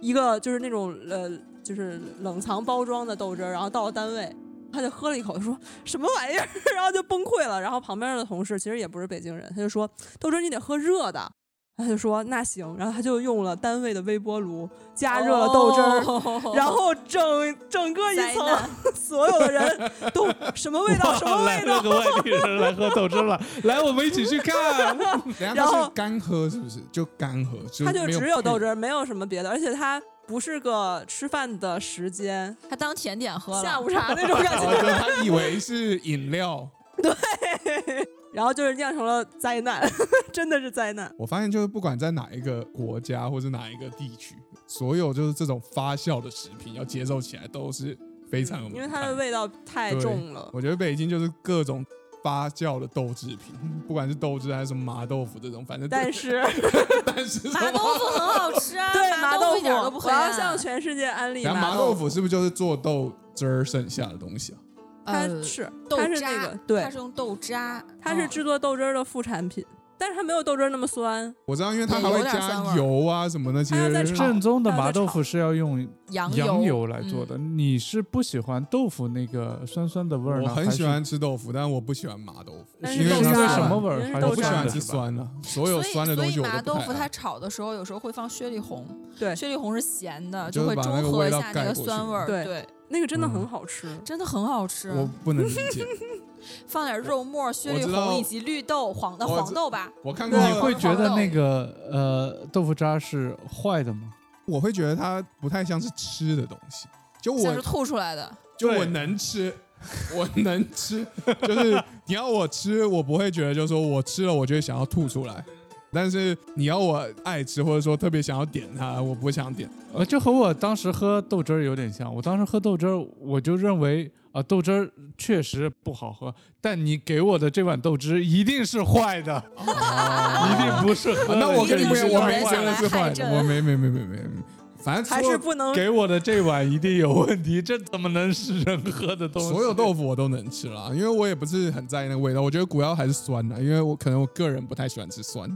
一个就是那种呃，就是冷藏包装的豆汁儿，然后到了单位。他就喝了一口，他说什么玩意儿， *laughs* 然后就崩溃了。然后旁边的同事其实也不是北京人，他就说豆汁儿你得喝热的，他就说那行，然后他就用了单位的微波炉加热了豆汁儿。儿然后整整个一哦 *laughs* 灾难层，所有的 *laughs* 人都什么味道？什么来味了道？个外地人来喝豆汁儿了，来，我们一起去看。 *laughs* 等一下然它后是干喝是不是？就干喝，他就没只有配豆汁儿，没有什么别的，而且他不是个吃饭的时间，还当甜点喝了。下午茶那种 *laughs* 感 *laughs* 觉。哦就他以为是饮料。 *laughs* 然后就是酿成了灾难， *laughs* 真的是灾难。我发现就是不管在哪一个国家或是哪一个地区，所有就是这种发酵的食品要接受起来都是非常有门槛、嗯因为它的味道太对重了。我觉得北京就是各种发酵的豆制品，不管是豆汁还是什么麻豆腐这种，反正但是， *laughs* *laughs* 但是什麻么豆腐很好吃啊，对麻豆腐一点都不啊我黑要暗。向全世界安利然后麻豆豆腐，是不是就是做豆汁儿剩下的东西啊？它呃哦是豆它是渣那个对它，是用豆渣，它是制作豆汁儿的副产品，但是它没有豆汁儿那么酸，我知道，因为它还有会点酸味加儿油啊什么那还要些再炒正宗的麻豆腐是要用羊嗯羊油来做的。你是不喜欢豆腐那个酸酸的味儿我呢？很还是喜欢吃豆腐，但我不喜欢麻豆腐，但因为豆是沙它因为啊什么酸味因儿为还是豆我不喜沙欢的吃酸的，所有所以酸的东西所我以麻都豆不太腐它爱。炒的时候，有时候会放雪里红，对雪里红是咸的，就是会把那个中和味一下道盖那过个去酸味儿。对对，那个真的很嗯好吃。真的很好吃。我不能理 *laughs* 解，放点肉末、雪里知道红以及绿豆、黄的我黄知豆吧。我看过你对啊会觉得那个呃豆腐渣是坏的吗？我会觉得它不太像是吃的东西。就像是我吐出来的，就我对能吃，我能吃，就是你要我吃，我不会觉得就是说我吃了，我就会想要吐出来。但是你要我爱吃或者说特别想要点它，我不会想点。呃，这和我当时喝豆汁儿有点像。我当时喝豆汁儿，我就认为啊、豆汁儿确实不好喝，但你给我的这碗豆汁一定是坏的， *laughs* 一定不是喝啊的。那我跟你不们是我有没人想真的来是害坏朕的，我没没没没没，没反正还所是有不 *laughs* 能给我的这碗一定有问题，这怎么能是人喝的东西？ *laughs* 所有豆腐我都能吃啦，因为我也不是很在意那个味道。我觉得骨腰还是酸的，因为我可能我个人不太喜欢吃酸。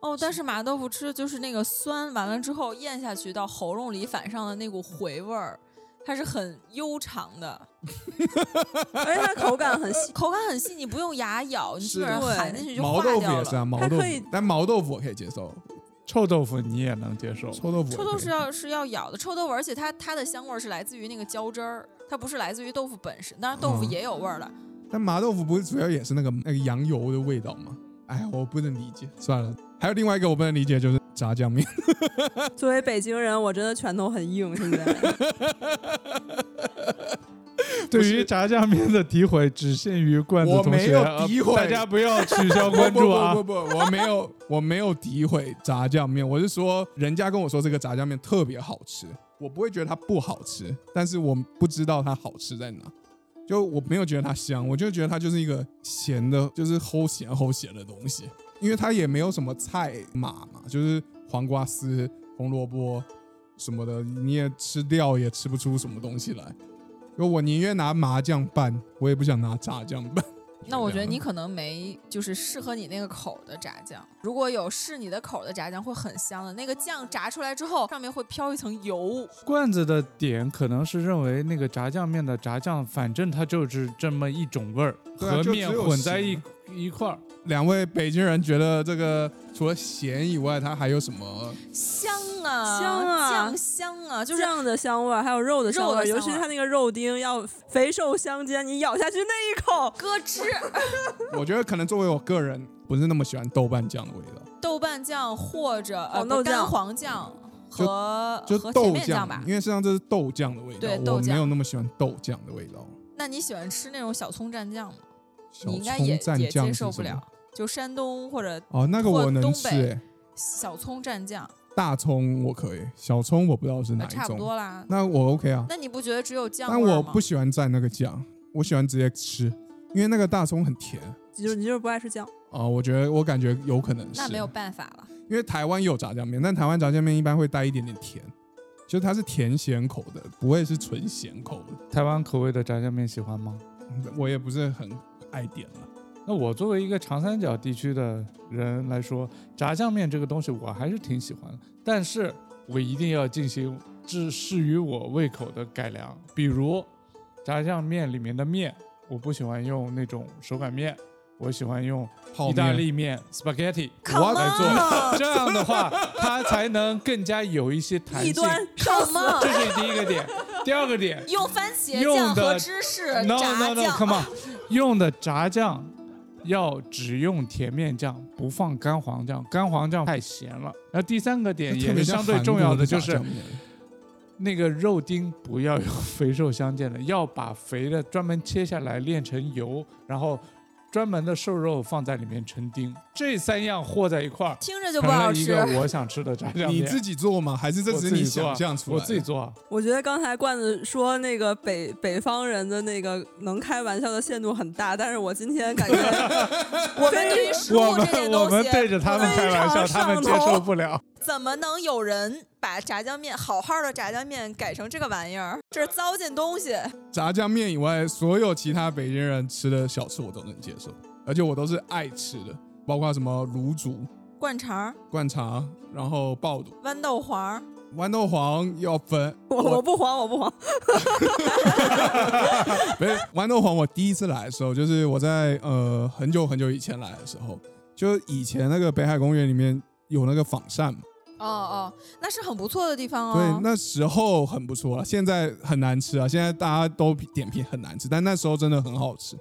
哦，但是麻豆腐吃的就是那个酸，完了之后咽下去到喉咙里反上的那股回味儿，它是很悠长的，。而且它口感很细口感很细，你不用牙咬，你基是的本上含进去就毛化豆腐掉也是了。啊，毛它豆可以腐，但毛豆腐我可以接受，臭豆腐你也能接受？臭豆腐我臭豆可以是啊要是要咬的，臭豆腐，而且它它的香味儿是来自于那个胶汁儿，它不是来自于豆腐本身。当然豆腐嗯也有味儿了，但麻豆腐不是主要也是那个那个羊油的味道吗？哎呀，我不能理解。算了，还有另外一个我不能理解就是炸酱面，作为北京人，我真的拳头很硬。现 *laughs* 在对于炸酱面的诋毁只限于罐子我同没学，有呃诋毁大家不要取消关注 *laughs* 啊！不不不不，我没有我没有诋毁炸酱面，我是说人家跟我说这个炸酱面特别好吃，我不会觉得它不好吃，但是我不知道它好吃在哪。就我没有觉得它香，我就觉得它就是一个咸的，就是齁咸齁咸的东西，因为它也没有什么菜码嘛，就是黄瓜丝、红萝卜什么的，你也吃掉也吃不出什么东西来。就我宁愿拿麻酱拌，我也不想拿炸酱拌。那我觉得就这样你可能没就是适合你那个口儿的炸酱，如果有适你的口儿的炸酱会很香的，那个酱炸出来之后上面会飘一层油，罐子的点可能是认为那个炸酱面的炸酱，反正它就是这么一种味儿，对啊和就面只有混在一咸一块儿。两位北京人觉得这个除了咸以外，它还有什么？香啊香啊酱香啊，就是酱的香味儿，还有肉的香味肉的儿，香味儿尤其是它那个肉丁要肥瘦相间，你咬下去那一 *laughs* 口，咯吱。我觉得可能作为我个人不是那么喜欢豆瓣酱的味道，豆瓣酱或者呃黄豆不干酱黄酱和就哦和甜豆面酱酱吧。因为实际上这是豆酱的味道对，我豆酱没有那么喜欢豆酱的味道。那你喜欢吃那种小葱蘸酱吗？小你应该葱也蘸也酱接是受什不么了。就山东或者哦，那个或我能东吃、北欸，小葱蘸酱，大葱我可以，哎小葱我不知道是呃哪一差不种。多啦。那我 OK 啊，那你不觉得只有酱但味儿我吗不喜欢蘸那个酱，我喜欢直接吃，因为那个大葱很甜就是你就是不爱吃酱。啊、我觉得我感觉有可能是。那没有办法了。因为台湾也有炸酱面，但台湾炸酱面一般会带一点点甜，就是它是甜咸口的，不会是纯咸口的。台湾口味的炸酱面喜欢吗？我也不是很爱点啊了。那我作为一个长三角地区的人来说，炸酱面这个东西我还是挺喜欢的，但是我一定要进行至适于我胃口的改良，比如炸酱面里面的面，我不喜欢用那种手擀面，我喜欢用泡意大面利面 （spaghetti）。我要 Come 来 on，这样的话，它才能更加有一些弹异性。端上 come 司 on，这是第一个点，第二个点用番茄用酱的和芝士，no 炸 no 酱。 no，come on，用的炸酱要只用甜面酱，不放干黄酱，干黄酱太咸了。然后第三个点特也别是像相对韩重国要的的，就炸是酱面那个肉丁不要有肥瘦相间的，要把肥的专门切下来炼成油，然后专门的瘦肉放在里面成丁，这三样和在一块儿。听着就成不好了一吃个，我想吃的炸酱面。你自己做吗？还是这我只是自你己做想啊象出来我的？自己做啊。我觉得刚才罐子说那个北北方人的那个能开玩笑的限度很大，但是我今天 *laughs* 感觉我我们对于食我物这们件我东们西，对着他们开玩笑，非常他们接上头受不了。怎么能有人把炸酱面好好的炸酱面改成这个玩意儿？这是糟践东西。炸酱面以外，所有其他北京人吃的小吃我都能接受，而且我都是爱吃的，包括什么卤煮、灌肠、灌肠，然后爆肚、豌豆黄，豌豆黄要分。我我不黄我不黄，不是豌豆黄，我第一次来的时候，就是我在呃很久很久以前来的时候，就以前那个北海公园里面有那个仿膳嘛，哦哦，那是很不错的地方对，哦。那时候很不错了，啊现在很难吃啊，现在大家都点评很难吃，但那时候真的很好吃。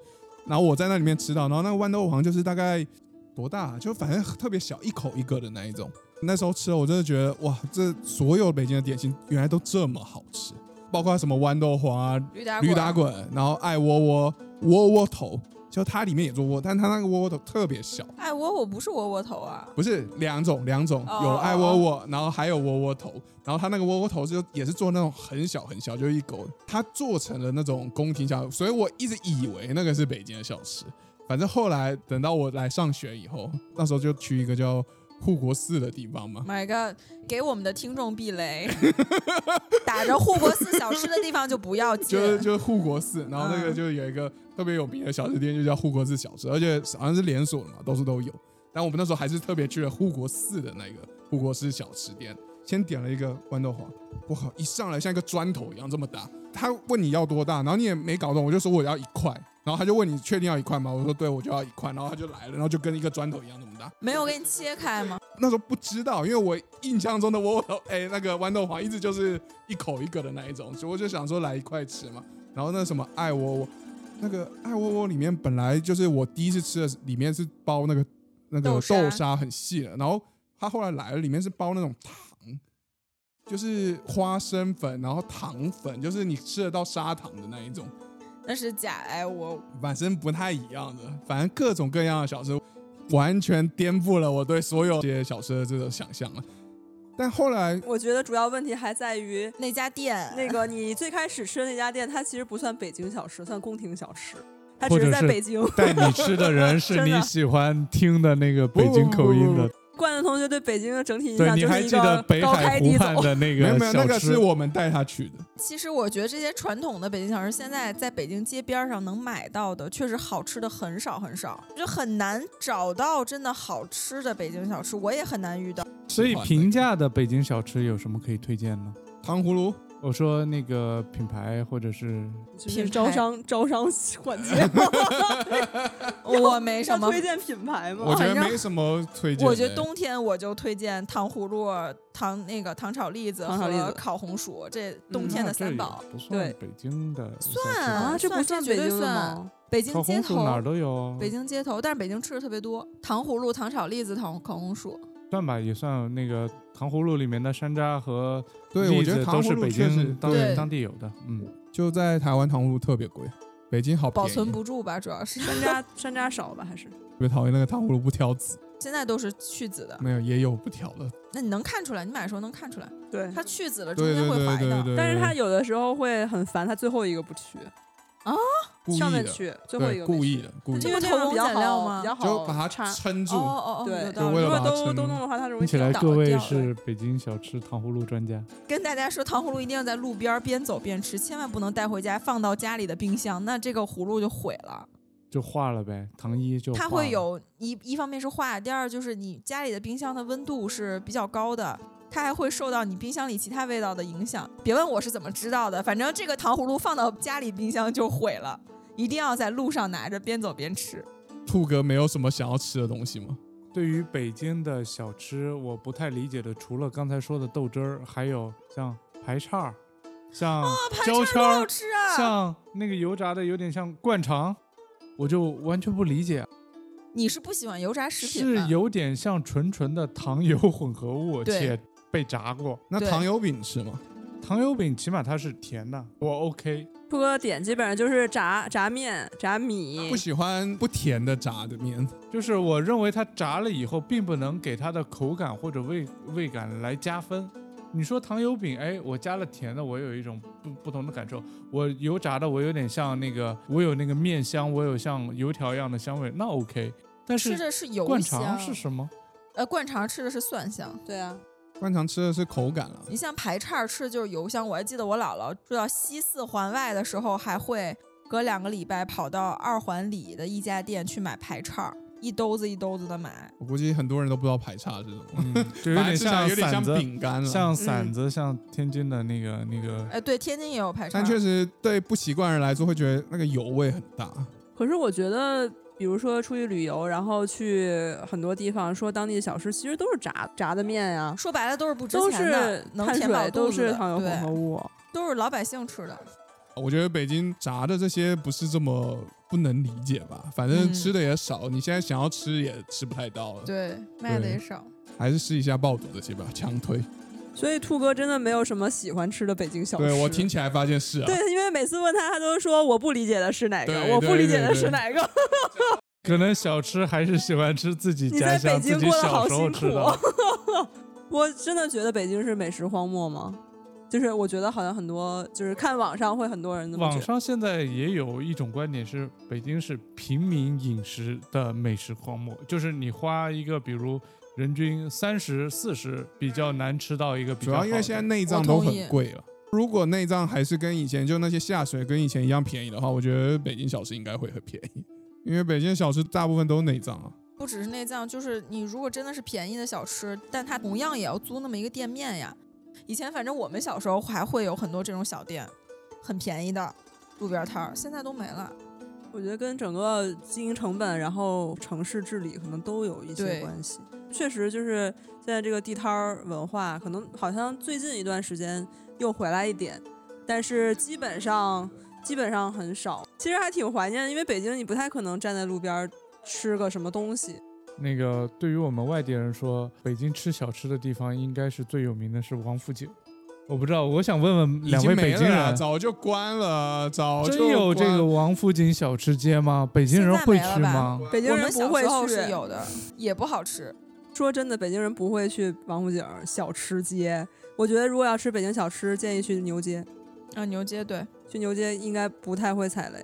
然后我在那里面吃到，然后那个豌豆黄就是大概多大啊、就反正特别小，一口一个的那一种。那时候吃了，我真的觉得哇，这所有北京的点心原来都这么好吃，包括什么豌豆黄啊、驴打驴打滚，然后爱窝窝窝窝头，就它里面也做窝，但它那个窝窝头特别小，爱窝窝哎不是窝窝头啊，不是两种两种，哦有爱窝窝，然后还有窝窝头，然后它那个窝窝头就也是做那种很小很小，就是一狗，它做成了那种宫廷小，所以我一直以为那个是北京的小吃，反正后来等到我来上学以后，那时候就去一个叫护国寺的地方嘛， My God，给我们的听众 *laughs* 避雷，打着护国寺小吃的地方就不要进。就是就是护国寺，然后那个就有一个特别有名的小吃店，就叫护国寺小吃，而且好像是连锁的嘛，到处都有。但我们那时候还是特别去了护国寺的那个护国寺小吃店，先点了一个豌豆黄，我靠，一上来像一个砖头一样这么大。他问你要多大，然后你也没搞懂，我就说我要一块，然后他就问你确定要一块吗？我说对，我就要一块，然后他就来了，然后就跟一个砖头一样这么大。没有给你切开吗？那时候不知道，因为我印象中的窝窝头， *laughs* 哎、那个豌豆黄一直就是一口一个的那一种，所以我就想说来一块吃嘛。然后那什么爱窝窝，那个爱窝窝里面本来就是我第一次吃的，里面是包那个那个豆沙豆沙很细的，然后它后来来了，里面是包那种糖，就是花生粉，然后糖粉，就是你吃得到砂糖的那一种。那是假哎爱窝。反正不太一样的，反正各种各样的小吃，完全颠覆了我对所有这些小吃的这种想象了。但后来我觉得主要问题还在于那家店，那个你最开始吃的那家店，它其实不算北京小吃，算宫廷小吃，它或只者是在是北京。 *laughs* 带你吃的人是真的你喜欢听的那个北京口音的，冠的同学对北京的整体印对，象你就还是一记得个北高海开湖低畔走。的那没有个没有，那小个吃是？我们带他去的，其实我觉得这些传统的北京小吃，现在在北京街边儿上能买到的，确实好吃的很少很少，就很难找到真的好吃的北京小吃，我也很 *laughs* 难遇到。所以平价的北京小吃有什么可以推荐呢？糖葫芦，我说那个品牌或者是就是品招牌商招商 *laughs* 环节， *laughs* 我没什要么推荐品牌吗？我觉得反正没什么推荐的。哦我觉得冬天我就推荐糖葫芦、糖那个糖炒栗子糖炒栗子嗯和烤红薯，这冬天的三宝。那这也不算对北京的小吃算啊，这不算算这北绝对京的算吗？北京烤街红薯头，哪儿都有，北京街头，但是北京吃的特别多，糖葫芦、糖炒栗子、糖烤红薯。算吧，也算那个糖葫芦里面的山楂和对，我栗觉子得都糖葫是芦北确实京当对当地有的，嗯，就在台湾糖葫芦特别贵，北京好便保宜存，不住吧，主要是山楂山楂少吧，还是特别讨厌那个糖葫芦不挑籽，现在都是去籽的，没有也有不挑的，那你能看出来，你买的时候能看出来， *laughs* 对？它去籽了，中对间对会对划对一对道。对，但是他有的时候会很烦，他最后一个不去，故意上面的，去最后一对，个故没去意的，故意因这的，为个这偷样工比较减料好，吗比较好就把它插。撑住哦，哦哦，有对，道就为理如了。果把它都撑都弄的话，它容易听起来倒各位掉是北京小吃糖葫芦专家，跟大家说，糖葫芦一定要在路边儿边走边吃，千万不能带回家，放到家里的冰箱，那这个葫芦就毁了。就化了呗，糖衣就它化会了有一一方面是化，第二就是你家里的冰箱的温度是比较高的，它还会受到你冰箱里其他味道的影响。别问我是怎么知道的，反正这个糖葫芦放到家里冰箱就毁了，一定要在路上拿着边走边吃。兔哥没有什么想要吃的东西吗？对于北京的小吃，我不太理解的，除了刚才说的豆汁儿，还有像排叉儿，哦像焦圈多好儿，吃啊！像那个油炸的，有点像灌肠，我就完全不理解，你是不喜欢油炸食品是吗？有点像纯纯的糖油混合物，对且被炸过。那对糖油饼吃吗？糖油饼起码它是甜的，我 OK。兔哥的点基本上就是炸炸面、炸米不，喜欢不甜的炸的面，就是我认为它炸了以后，并不能给它的口感或者味味感来加分。你说糖油饼，哎，我加了甜的，我有一种不不同的感受。我油炸的，我有点像那个，我有那个面香，我有像油条一样的香味，那 OK。但吃是的是油灌香肠，是什么？呃，灌肠吃的是蒜香。对啊，灌肠吃的是口感啊了。你像排叉儿吃的就是油香，我还记得我姥姥住到西四环外的时候，还会隔两个礼拜跑到二环里的一家店去买排叉儿，一兜子一兜子的买。我估计很多人都不知道排叉是什么，嗯， *laughs* 就有反正吃点起来像有点像馓子，饼嗯干了。啊像馓子，像天津的那个那个。哎，对，天津也有排叉但儿，确实对不习惯的人来说，会觉得那个油味很大。可是我觉得，比如说出去旅游，然后去很多地方说当地的小吃，其实都是炸炸的面呀、说白了都是不值都钱的是，能碳填饱水，肚都子是的，糖油混合对，物。都是老百姓吃的。我觉得北京炸的这些不是这么不能理解吧？反正嗯吃的也少，你现在想要吃也吃不太到了，对，卖的对也少。还是试一下爆肚这些吧，强推。所以兔哥真的没有什么喜欢吃的北京小吃。对我听起来发现是啊，对，因为每次问他，他都说我不理解的是哪个，对我不对理解对的是对哪个。 *laughs* 可能小吃还是喜欢吃自己你家在乡、北自京己过得好小时候辛吃苦啊的。。我真的觉得北京是美食荒漠吗？就是我觉得好像很多，就是看网上会很多人这么网觉得。上现在也有一种观点是，北京是平民饮食的美食荒漠，就是你花一个比如人均三十四十，比较嗯难吃到一个比主较好的。要因为现在内脏我都同意很贵了。如果内脏还是跟以前就那些下水跟以前一样便宜的话，我觉得北京小吃应该会很便宜，因为北京小吃大部分都是内脏啊。不只是内脏，就是你如果真的是便宜的小吃，但它同样也要租那么一个店面呀。以前反正我们小时候还会有很多这种小店，很便宜的路边摊儿，现在都没了。我觉得跟整个经营成本，然后城市治理可能都有一些对关系。确实，就是现在这个地摊儿文化，可能好像最近一段时间又回来一点，但是基本上基本上很少。其实还挺怀念的，因为北京你不太可能站在路边儿吃个什么东西。那个对于我们外地人说，北京吃小吃的地方应该是最有名的是王府井。我不知道，我想问问两位已经没北了京啦人，早就关了，早就真有这关个了王府井小吃街吗？北京人会现去在没了吗？北京我人们不小会时候去是有的，也不好吃。说真的，北京人不会去王府井小吃街。我觉得如果要吃北京小吃，建议去牛街，啊，牛街对，去牛街应该不太会踩雷。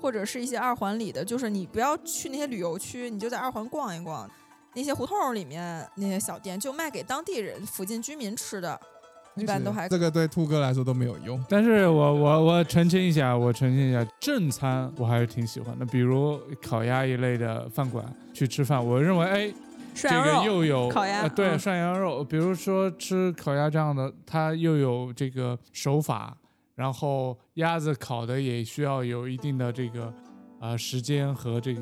或者是一些二环里的，就是你不要去那些旅游区，你就在二环逛一逛，那些胡同儿里面那些小店就卖给当地人、附近居民吃的，一般都还这个对兔哥来说都没有用。但是我我我澄清一下，我澄清一下，正餐我还是挺喜欢的，比如烤鸭一类的饭馆去吃饭，我认为哎，这涮个羊肉，又有烤鸭呃对嗯涮羊肉，比如说吃烤鸭这样的，它又有这个手法，然后鸭子烤的也需要有一定的这个。呃，时间和这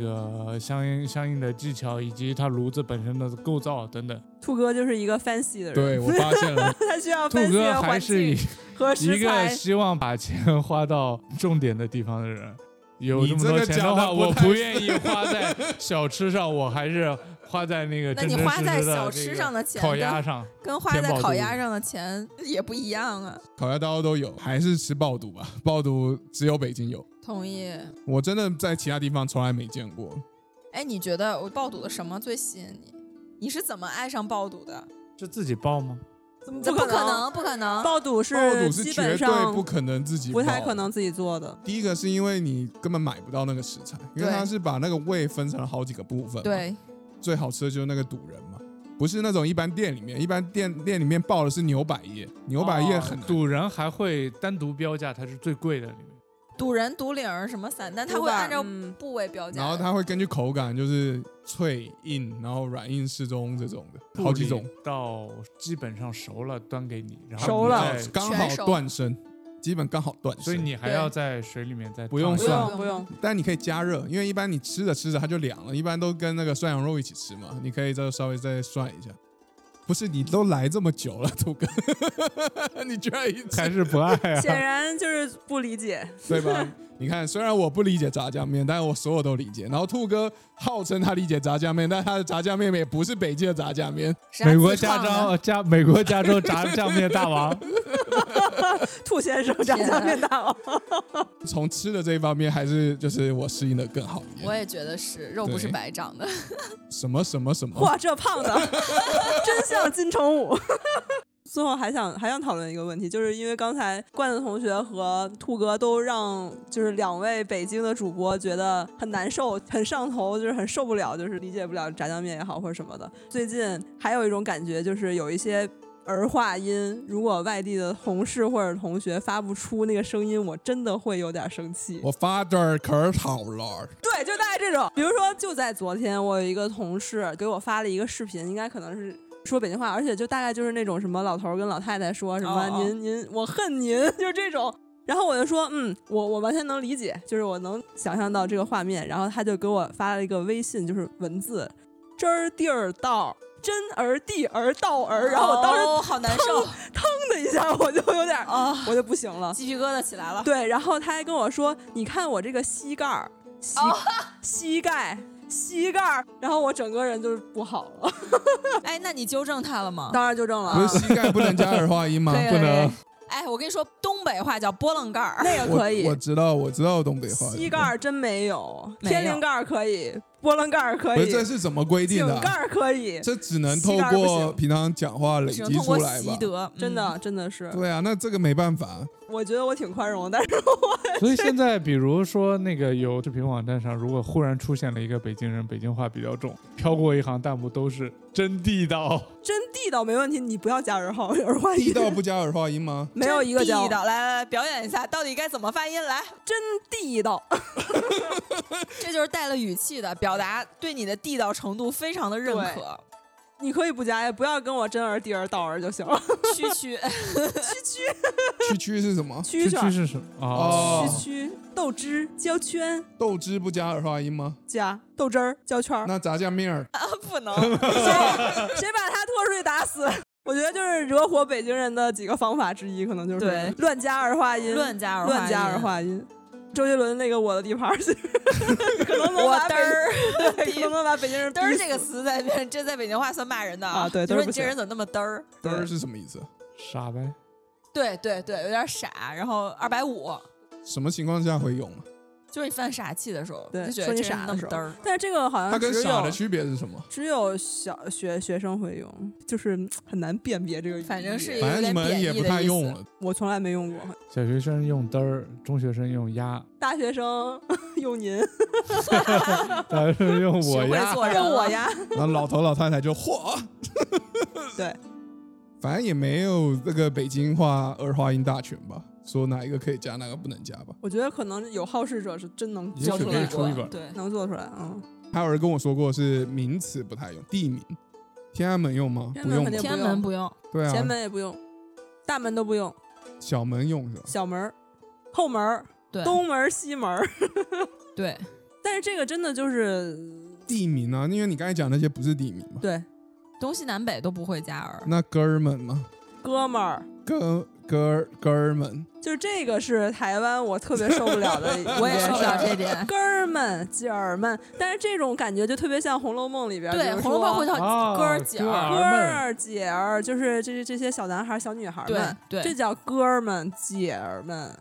个相应相应的技巧，以及它炉子本身的构造等等。兔哥就是一个 fancy 的人，对，我发现了，他需要兔 fancy 哥的还环是以境和一食个材。希望把钱花到重点的地方的人，有你这么这多个钱的讲得话，不我太不愿意花在小吃上，我还是花在那个那真你真花实在实的小这吃个上的钱烤跟鸭上，跟花填在饱烤肚鸭子上的钱也不一样啊。烤鸭刀都有，还是吃爆肚吧。爆肚只有北京有，同意。我真的在其他地方从来没见过。哎，你觉得我爆肚的什么最吸引你？你是怎么爱上爆肚的？是自己报吗？怎么这不可？能，不可能！爆肚爆肚是基绝本对上不可能自己，不太可。能自己做的。第一个是因为你根本买不到那个食材，因为对它是把那个胃分成了好几个部分。，对，最好吃的就是那个肚仁嘛，不是那种一般店里面，一般店店里面爆的是牛百叶， *laughs* 牛百哦叶很赌哦人还会单独标价，它是最贵的里面。肚仁、肚领儿什么散，但它有会点按照嗯部位标价。然后它会根据口感，就是脆硬，然后软硬适中这种的，好几种，到基本上熟了端给你，然后熟你了再刚好全熟断生，基本刚好断生。所以你还对要在水里面再不用烫一不算下用不用，但你可以加热，因为一般你吃着吃着它就凉了，一般都跟那个涮羊肉一起吃嘛，你可以再稍微再涮一下。不是你都来这么久了，土哥， *laughs* 你居然一还吃是不爱 *laughs* 显啊？然就是不理解。 *laughs* 对 *laughs* 吧？你看，虽然我不理解炸酱面，但是我所有都理解。然后兔哥号称他理解炸酱面，但他的炸酱面也不是北京的炸酱面，是按美国自创加的州加美国加州炸酱面大王，兔先生炸酱面大王，从吃的这一方面还是就是我适应的更好一我点。也觉得是，肉不是对白长 *laughs* 的。什么什么什么，哇，这胖的 *laughs* 真像金城武。 *laughs* 最后还想还想讨论一个问题，就是因为刚才罐子同学和兔哥都让就是两位北京的主播觉得很难受、很上头，就是很受不了，就是理解不了炸酱面也好或者什么的。最近还有一种感觉，就是有一些儿化音，如果外地的同事或者同学发不出那个声音，我真的会有点生气。我 father 可好了，对，就大概这种。比如说，就在昨天，我有一个同事给我发了一个视频，应该可能是说北京话，而且就大概就是那种什么老头儿跟老太太说什么哦“哦您您我恨您”， *laughs* 就是这种。然后我就说，嗯，我我完全能理解，就是我能想象到这个画面。然后他就给我发了一个微信，就是文字，真儿地儿道，真儿地儿道儿。然后我当时哦好难受腾的一下，我就有点儿，啊，我就不行了。鸡皮疙瘩起 *laughs* 来了。哦对，然后他还跟我说：“你看我这个膝盖儿，膝、膝盖膝盖儿，然后我整个人就是不好 *laughs* 了。哎，那你纠正他了吗？当然纠正了不啊是，膝盖啊不能加二化音吗？对不能， *laughs* 哎，我跟你说，东北话叫波棱 *laughs* 盖儿，那个我可以我，知道，我知道东北话。膝盖儿真没有，没有天灵盖儿可以，波棱盖儿可不以是，这是怎么规定井的盖啊？儿可以，这只能膝透盖儿不过行平常讲话累积只能通出过来习吧。得，真嗯的真的是，对啊，那这个没办法。我觉得我挺宽容，但是 *laughs* 所以现在，比如说那个有视频网站上，如果忽然出现了一个北京人，北京话比较重，飘过一行弹幕都是真地道，真地道没问题，你不要加人号，有人话地 *laughs* 道不加耳化 *laughs* 音吗？没有一个真叫地道。来来来，表演一下，到底该怎么发音？来，真地道，这就是带了语气的表达，对你的地道程度非常的认对可。你可以不加，也不要跟我真儿、地儿、道儿就行了。区 *laughs* 区，区区是什么？蛐蛐区儿、是什么？哦哦，蛐蛐、豆汁、胶圈豆汁不加耳化音吗？加豆汁儿、胶圈儿，那炸酱面儿啊不能。 *laughs* *laughs* *laughs* 谁把他拖出去打死？我觉得就是惹火北京人的几个方法之一，可能就是对乱加儿化音，乱加儿化音乱加儿化音。周杰伦那个《我的地盘》是，可能能我把嘚北儿 *laughs* 对 *laughs* 可能把北京人嘚儿逼这个词在别人这在北京话算骂人的啊对就嘚说儿不你这行人怎么那么嘚儿？死嘚儿是什么意思？傻呗，对对对，有点傻。然后二百五，什么情况下会用啊？就是你犯傻气的时候，对就觉说得你这人傻那的么时候嘚儿。但是这个好它像跟只傻的有区别是什么？只有小学学生会用，就是嗯很难辨别这个语义。反正是反正你们也不太用了。我从来没用过，小学生用嘚儿，中学生用呀，大学生 *laughs* 用您大学生用我学会呀，做人用 *laughs* 我了，呀，然后老头老太太就 *laughs* 嚯， *laughs* 对，反正也没有这个北京话儿化音大全吧，说哪一个可以加，哪个不能加吧。我觉得可能有好事者是真能也教许出可以来，出一本。对，能做出来，嗯。还有人跟我说过是名词不太用，地名，天安门用吗？天安不门用肯吧，定天安门不用，对前啊，门也不用，大门都不用，小门用是吧？小门儿、后门儿、对东门儿、西门儿。 *laughs* 对但是这个真的就是地名啊，因为你刚才讲那些不是地名嘛。对东西南北都不会加儿。那哥儿们嘛，哥们儿，哥哥儿哥儿们，就是这个是台湾我特别受不了 *laughs* 的一件事儿，我也受不了这点。哥儿们、姐儿们，但是这种感觉就特别像《红楼梦》里边儿，对，比如红楼梦会说叫 *laughs* 啊哥儿姐哥儿，哥儿们，儿姐儿，就是这这些小男孩儿、小女孩儿对们，这对，叫哥儿们、姐儿们，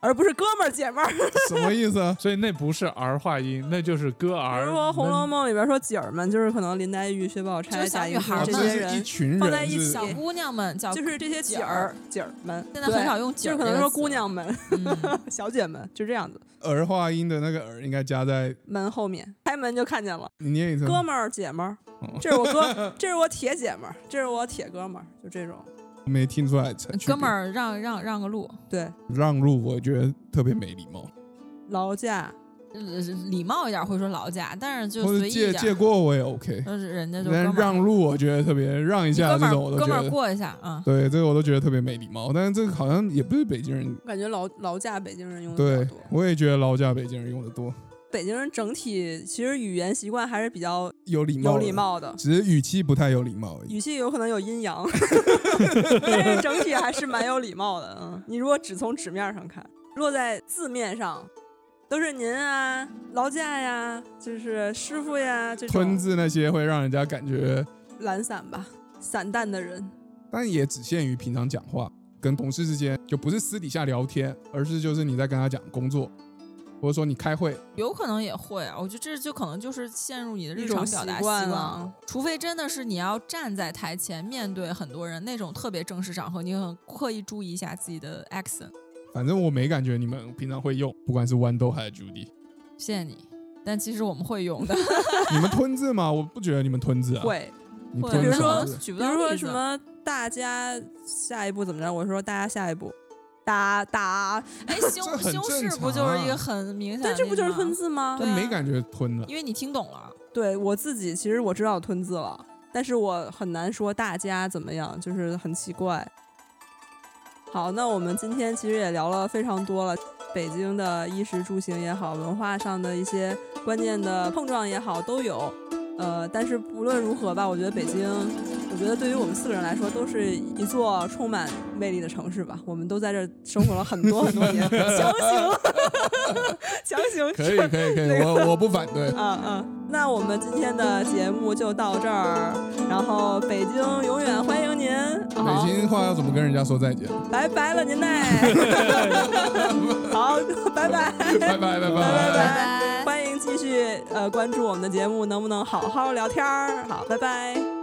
而不是哥们儿、姐们儿。 *laughs* 什么意 *laughs* 思啊？所以那不是儿化音，那就是歌比儿。如说《红楼梦》里边说姐儿们，就是可能林黛玉、薛宝钗、就是小贾女云孩儿村这嘛啊这些是一人，群人放在一是起小姑娘们叫，就是这些姐儿姐儿们，现在很对少用姐就儿是可这个词，能说姑娘们、 *laughs* 嗯。小姐们，就这样子。儿化音的那个儿应该加在门后面开门就看见了，你念一次。哥们儿、姐们儿哦，这是我哥，这是我铁姐们儿，这是我铁哥们儿，就这种。没听出来才。哥们儿让让让个路，对，让路，我觉得特别没礼貌，劳驾，呃礼貌一点会说劳驾，但是就或者随意一借点借儿，过我也 OK，就是人家就哥但们儿让路我觉得特别让一你哥下们这儿种我都哥觉们儿得，过一下啊。对这个我都觉得特别没礼貌。但是这个好像也不是北京人，我感觉劳劳驾北京人用的比对较多。我也觉得劳驾北京人用的多，北京人整体其实语言习惯还是比较有礼貌，有礼，貌的，只是语气不太有礼貌而已。语气有可能有阴 *laughs* 阳，但是整体还是蛮有礼貌的。嗯，你如果只从纸面上看，如果在字面上，都是您啊、劳驾呀，就是师傅呀这吞种字那些会让人家感觉，懒散吧、散淡的人。但也只限于平常讲话，跟同事之间就不是私底下聊天，而是就是你在跟他讲工作，或者说你开会，有可能也会啊，我觉得这就可能就是陷入你的日常表达一种习惯啊惯了除非真的是你要站在台前面对很多人那种特别正式场合，你很刻意注意一下自己的 accent。反正我没感觉你们平常会用，不管是豌豆还是 Judy， *laughs* 谢谢你，但其实我们会用的，你们吞字吗？我不觉得你们吞字啊，会，你会吞比如什说么字？举比不如到说例什子么大家下一步怎么着，我说大家下一步打打， *laughs* 哎，修这很修正饰常不就是啊一个很明显的但例子这吗？不就是吞字吗？对但啊没感觉 *laughs* 吞了。因为你听懂了，对我自己，其实我知道我吞字了，但是我很难说大家怎么样，就是很奇怪。好，那我们今天其实也聊了非常多了，北京的衣食住行也好，文化上的一些观念的碰撞也好，都有。呃，但是无论如何吧，我觉得北京我觉得对于我们四个人来说，都是一座充满魅力的城市吧。我们都在这儿生活了很多很多年， *laughs* 强行，强行可以可以可 *laughs* 以，我我不反对。嗯嗯，那我们今天的节目就到这儿，然后北京永远欢迎您， *laughs* 好北，京话要怎么跟人家说再见？拜拜了您 *laughs* 嘞，好，拜拜，拜拜拜拜拜。拜欢迎继续呃关注我们的节目，能不能好好聊天儿？好，拜拜。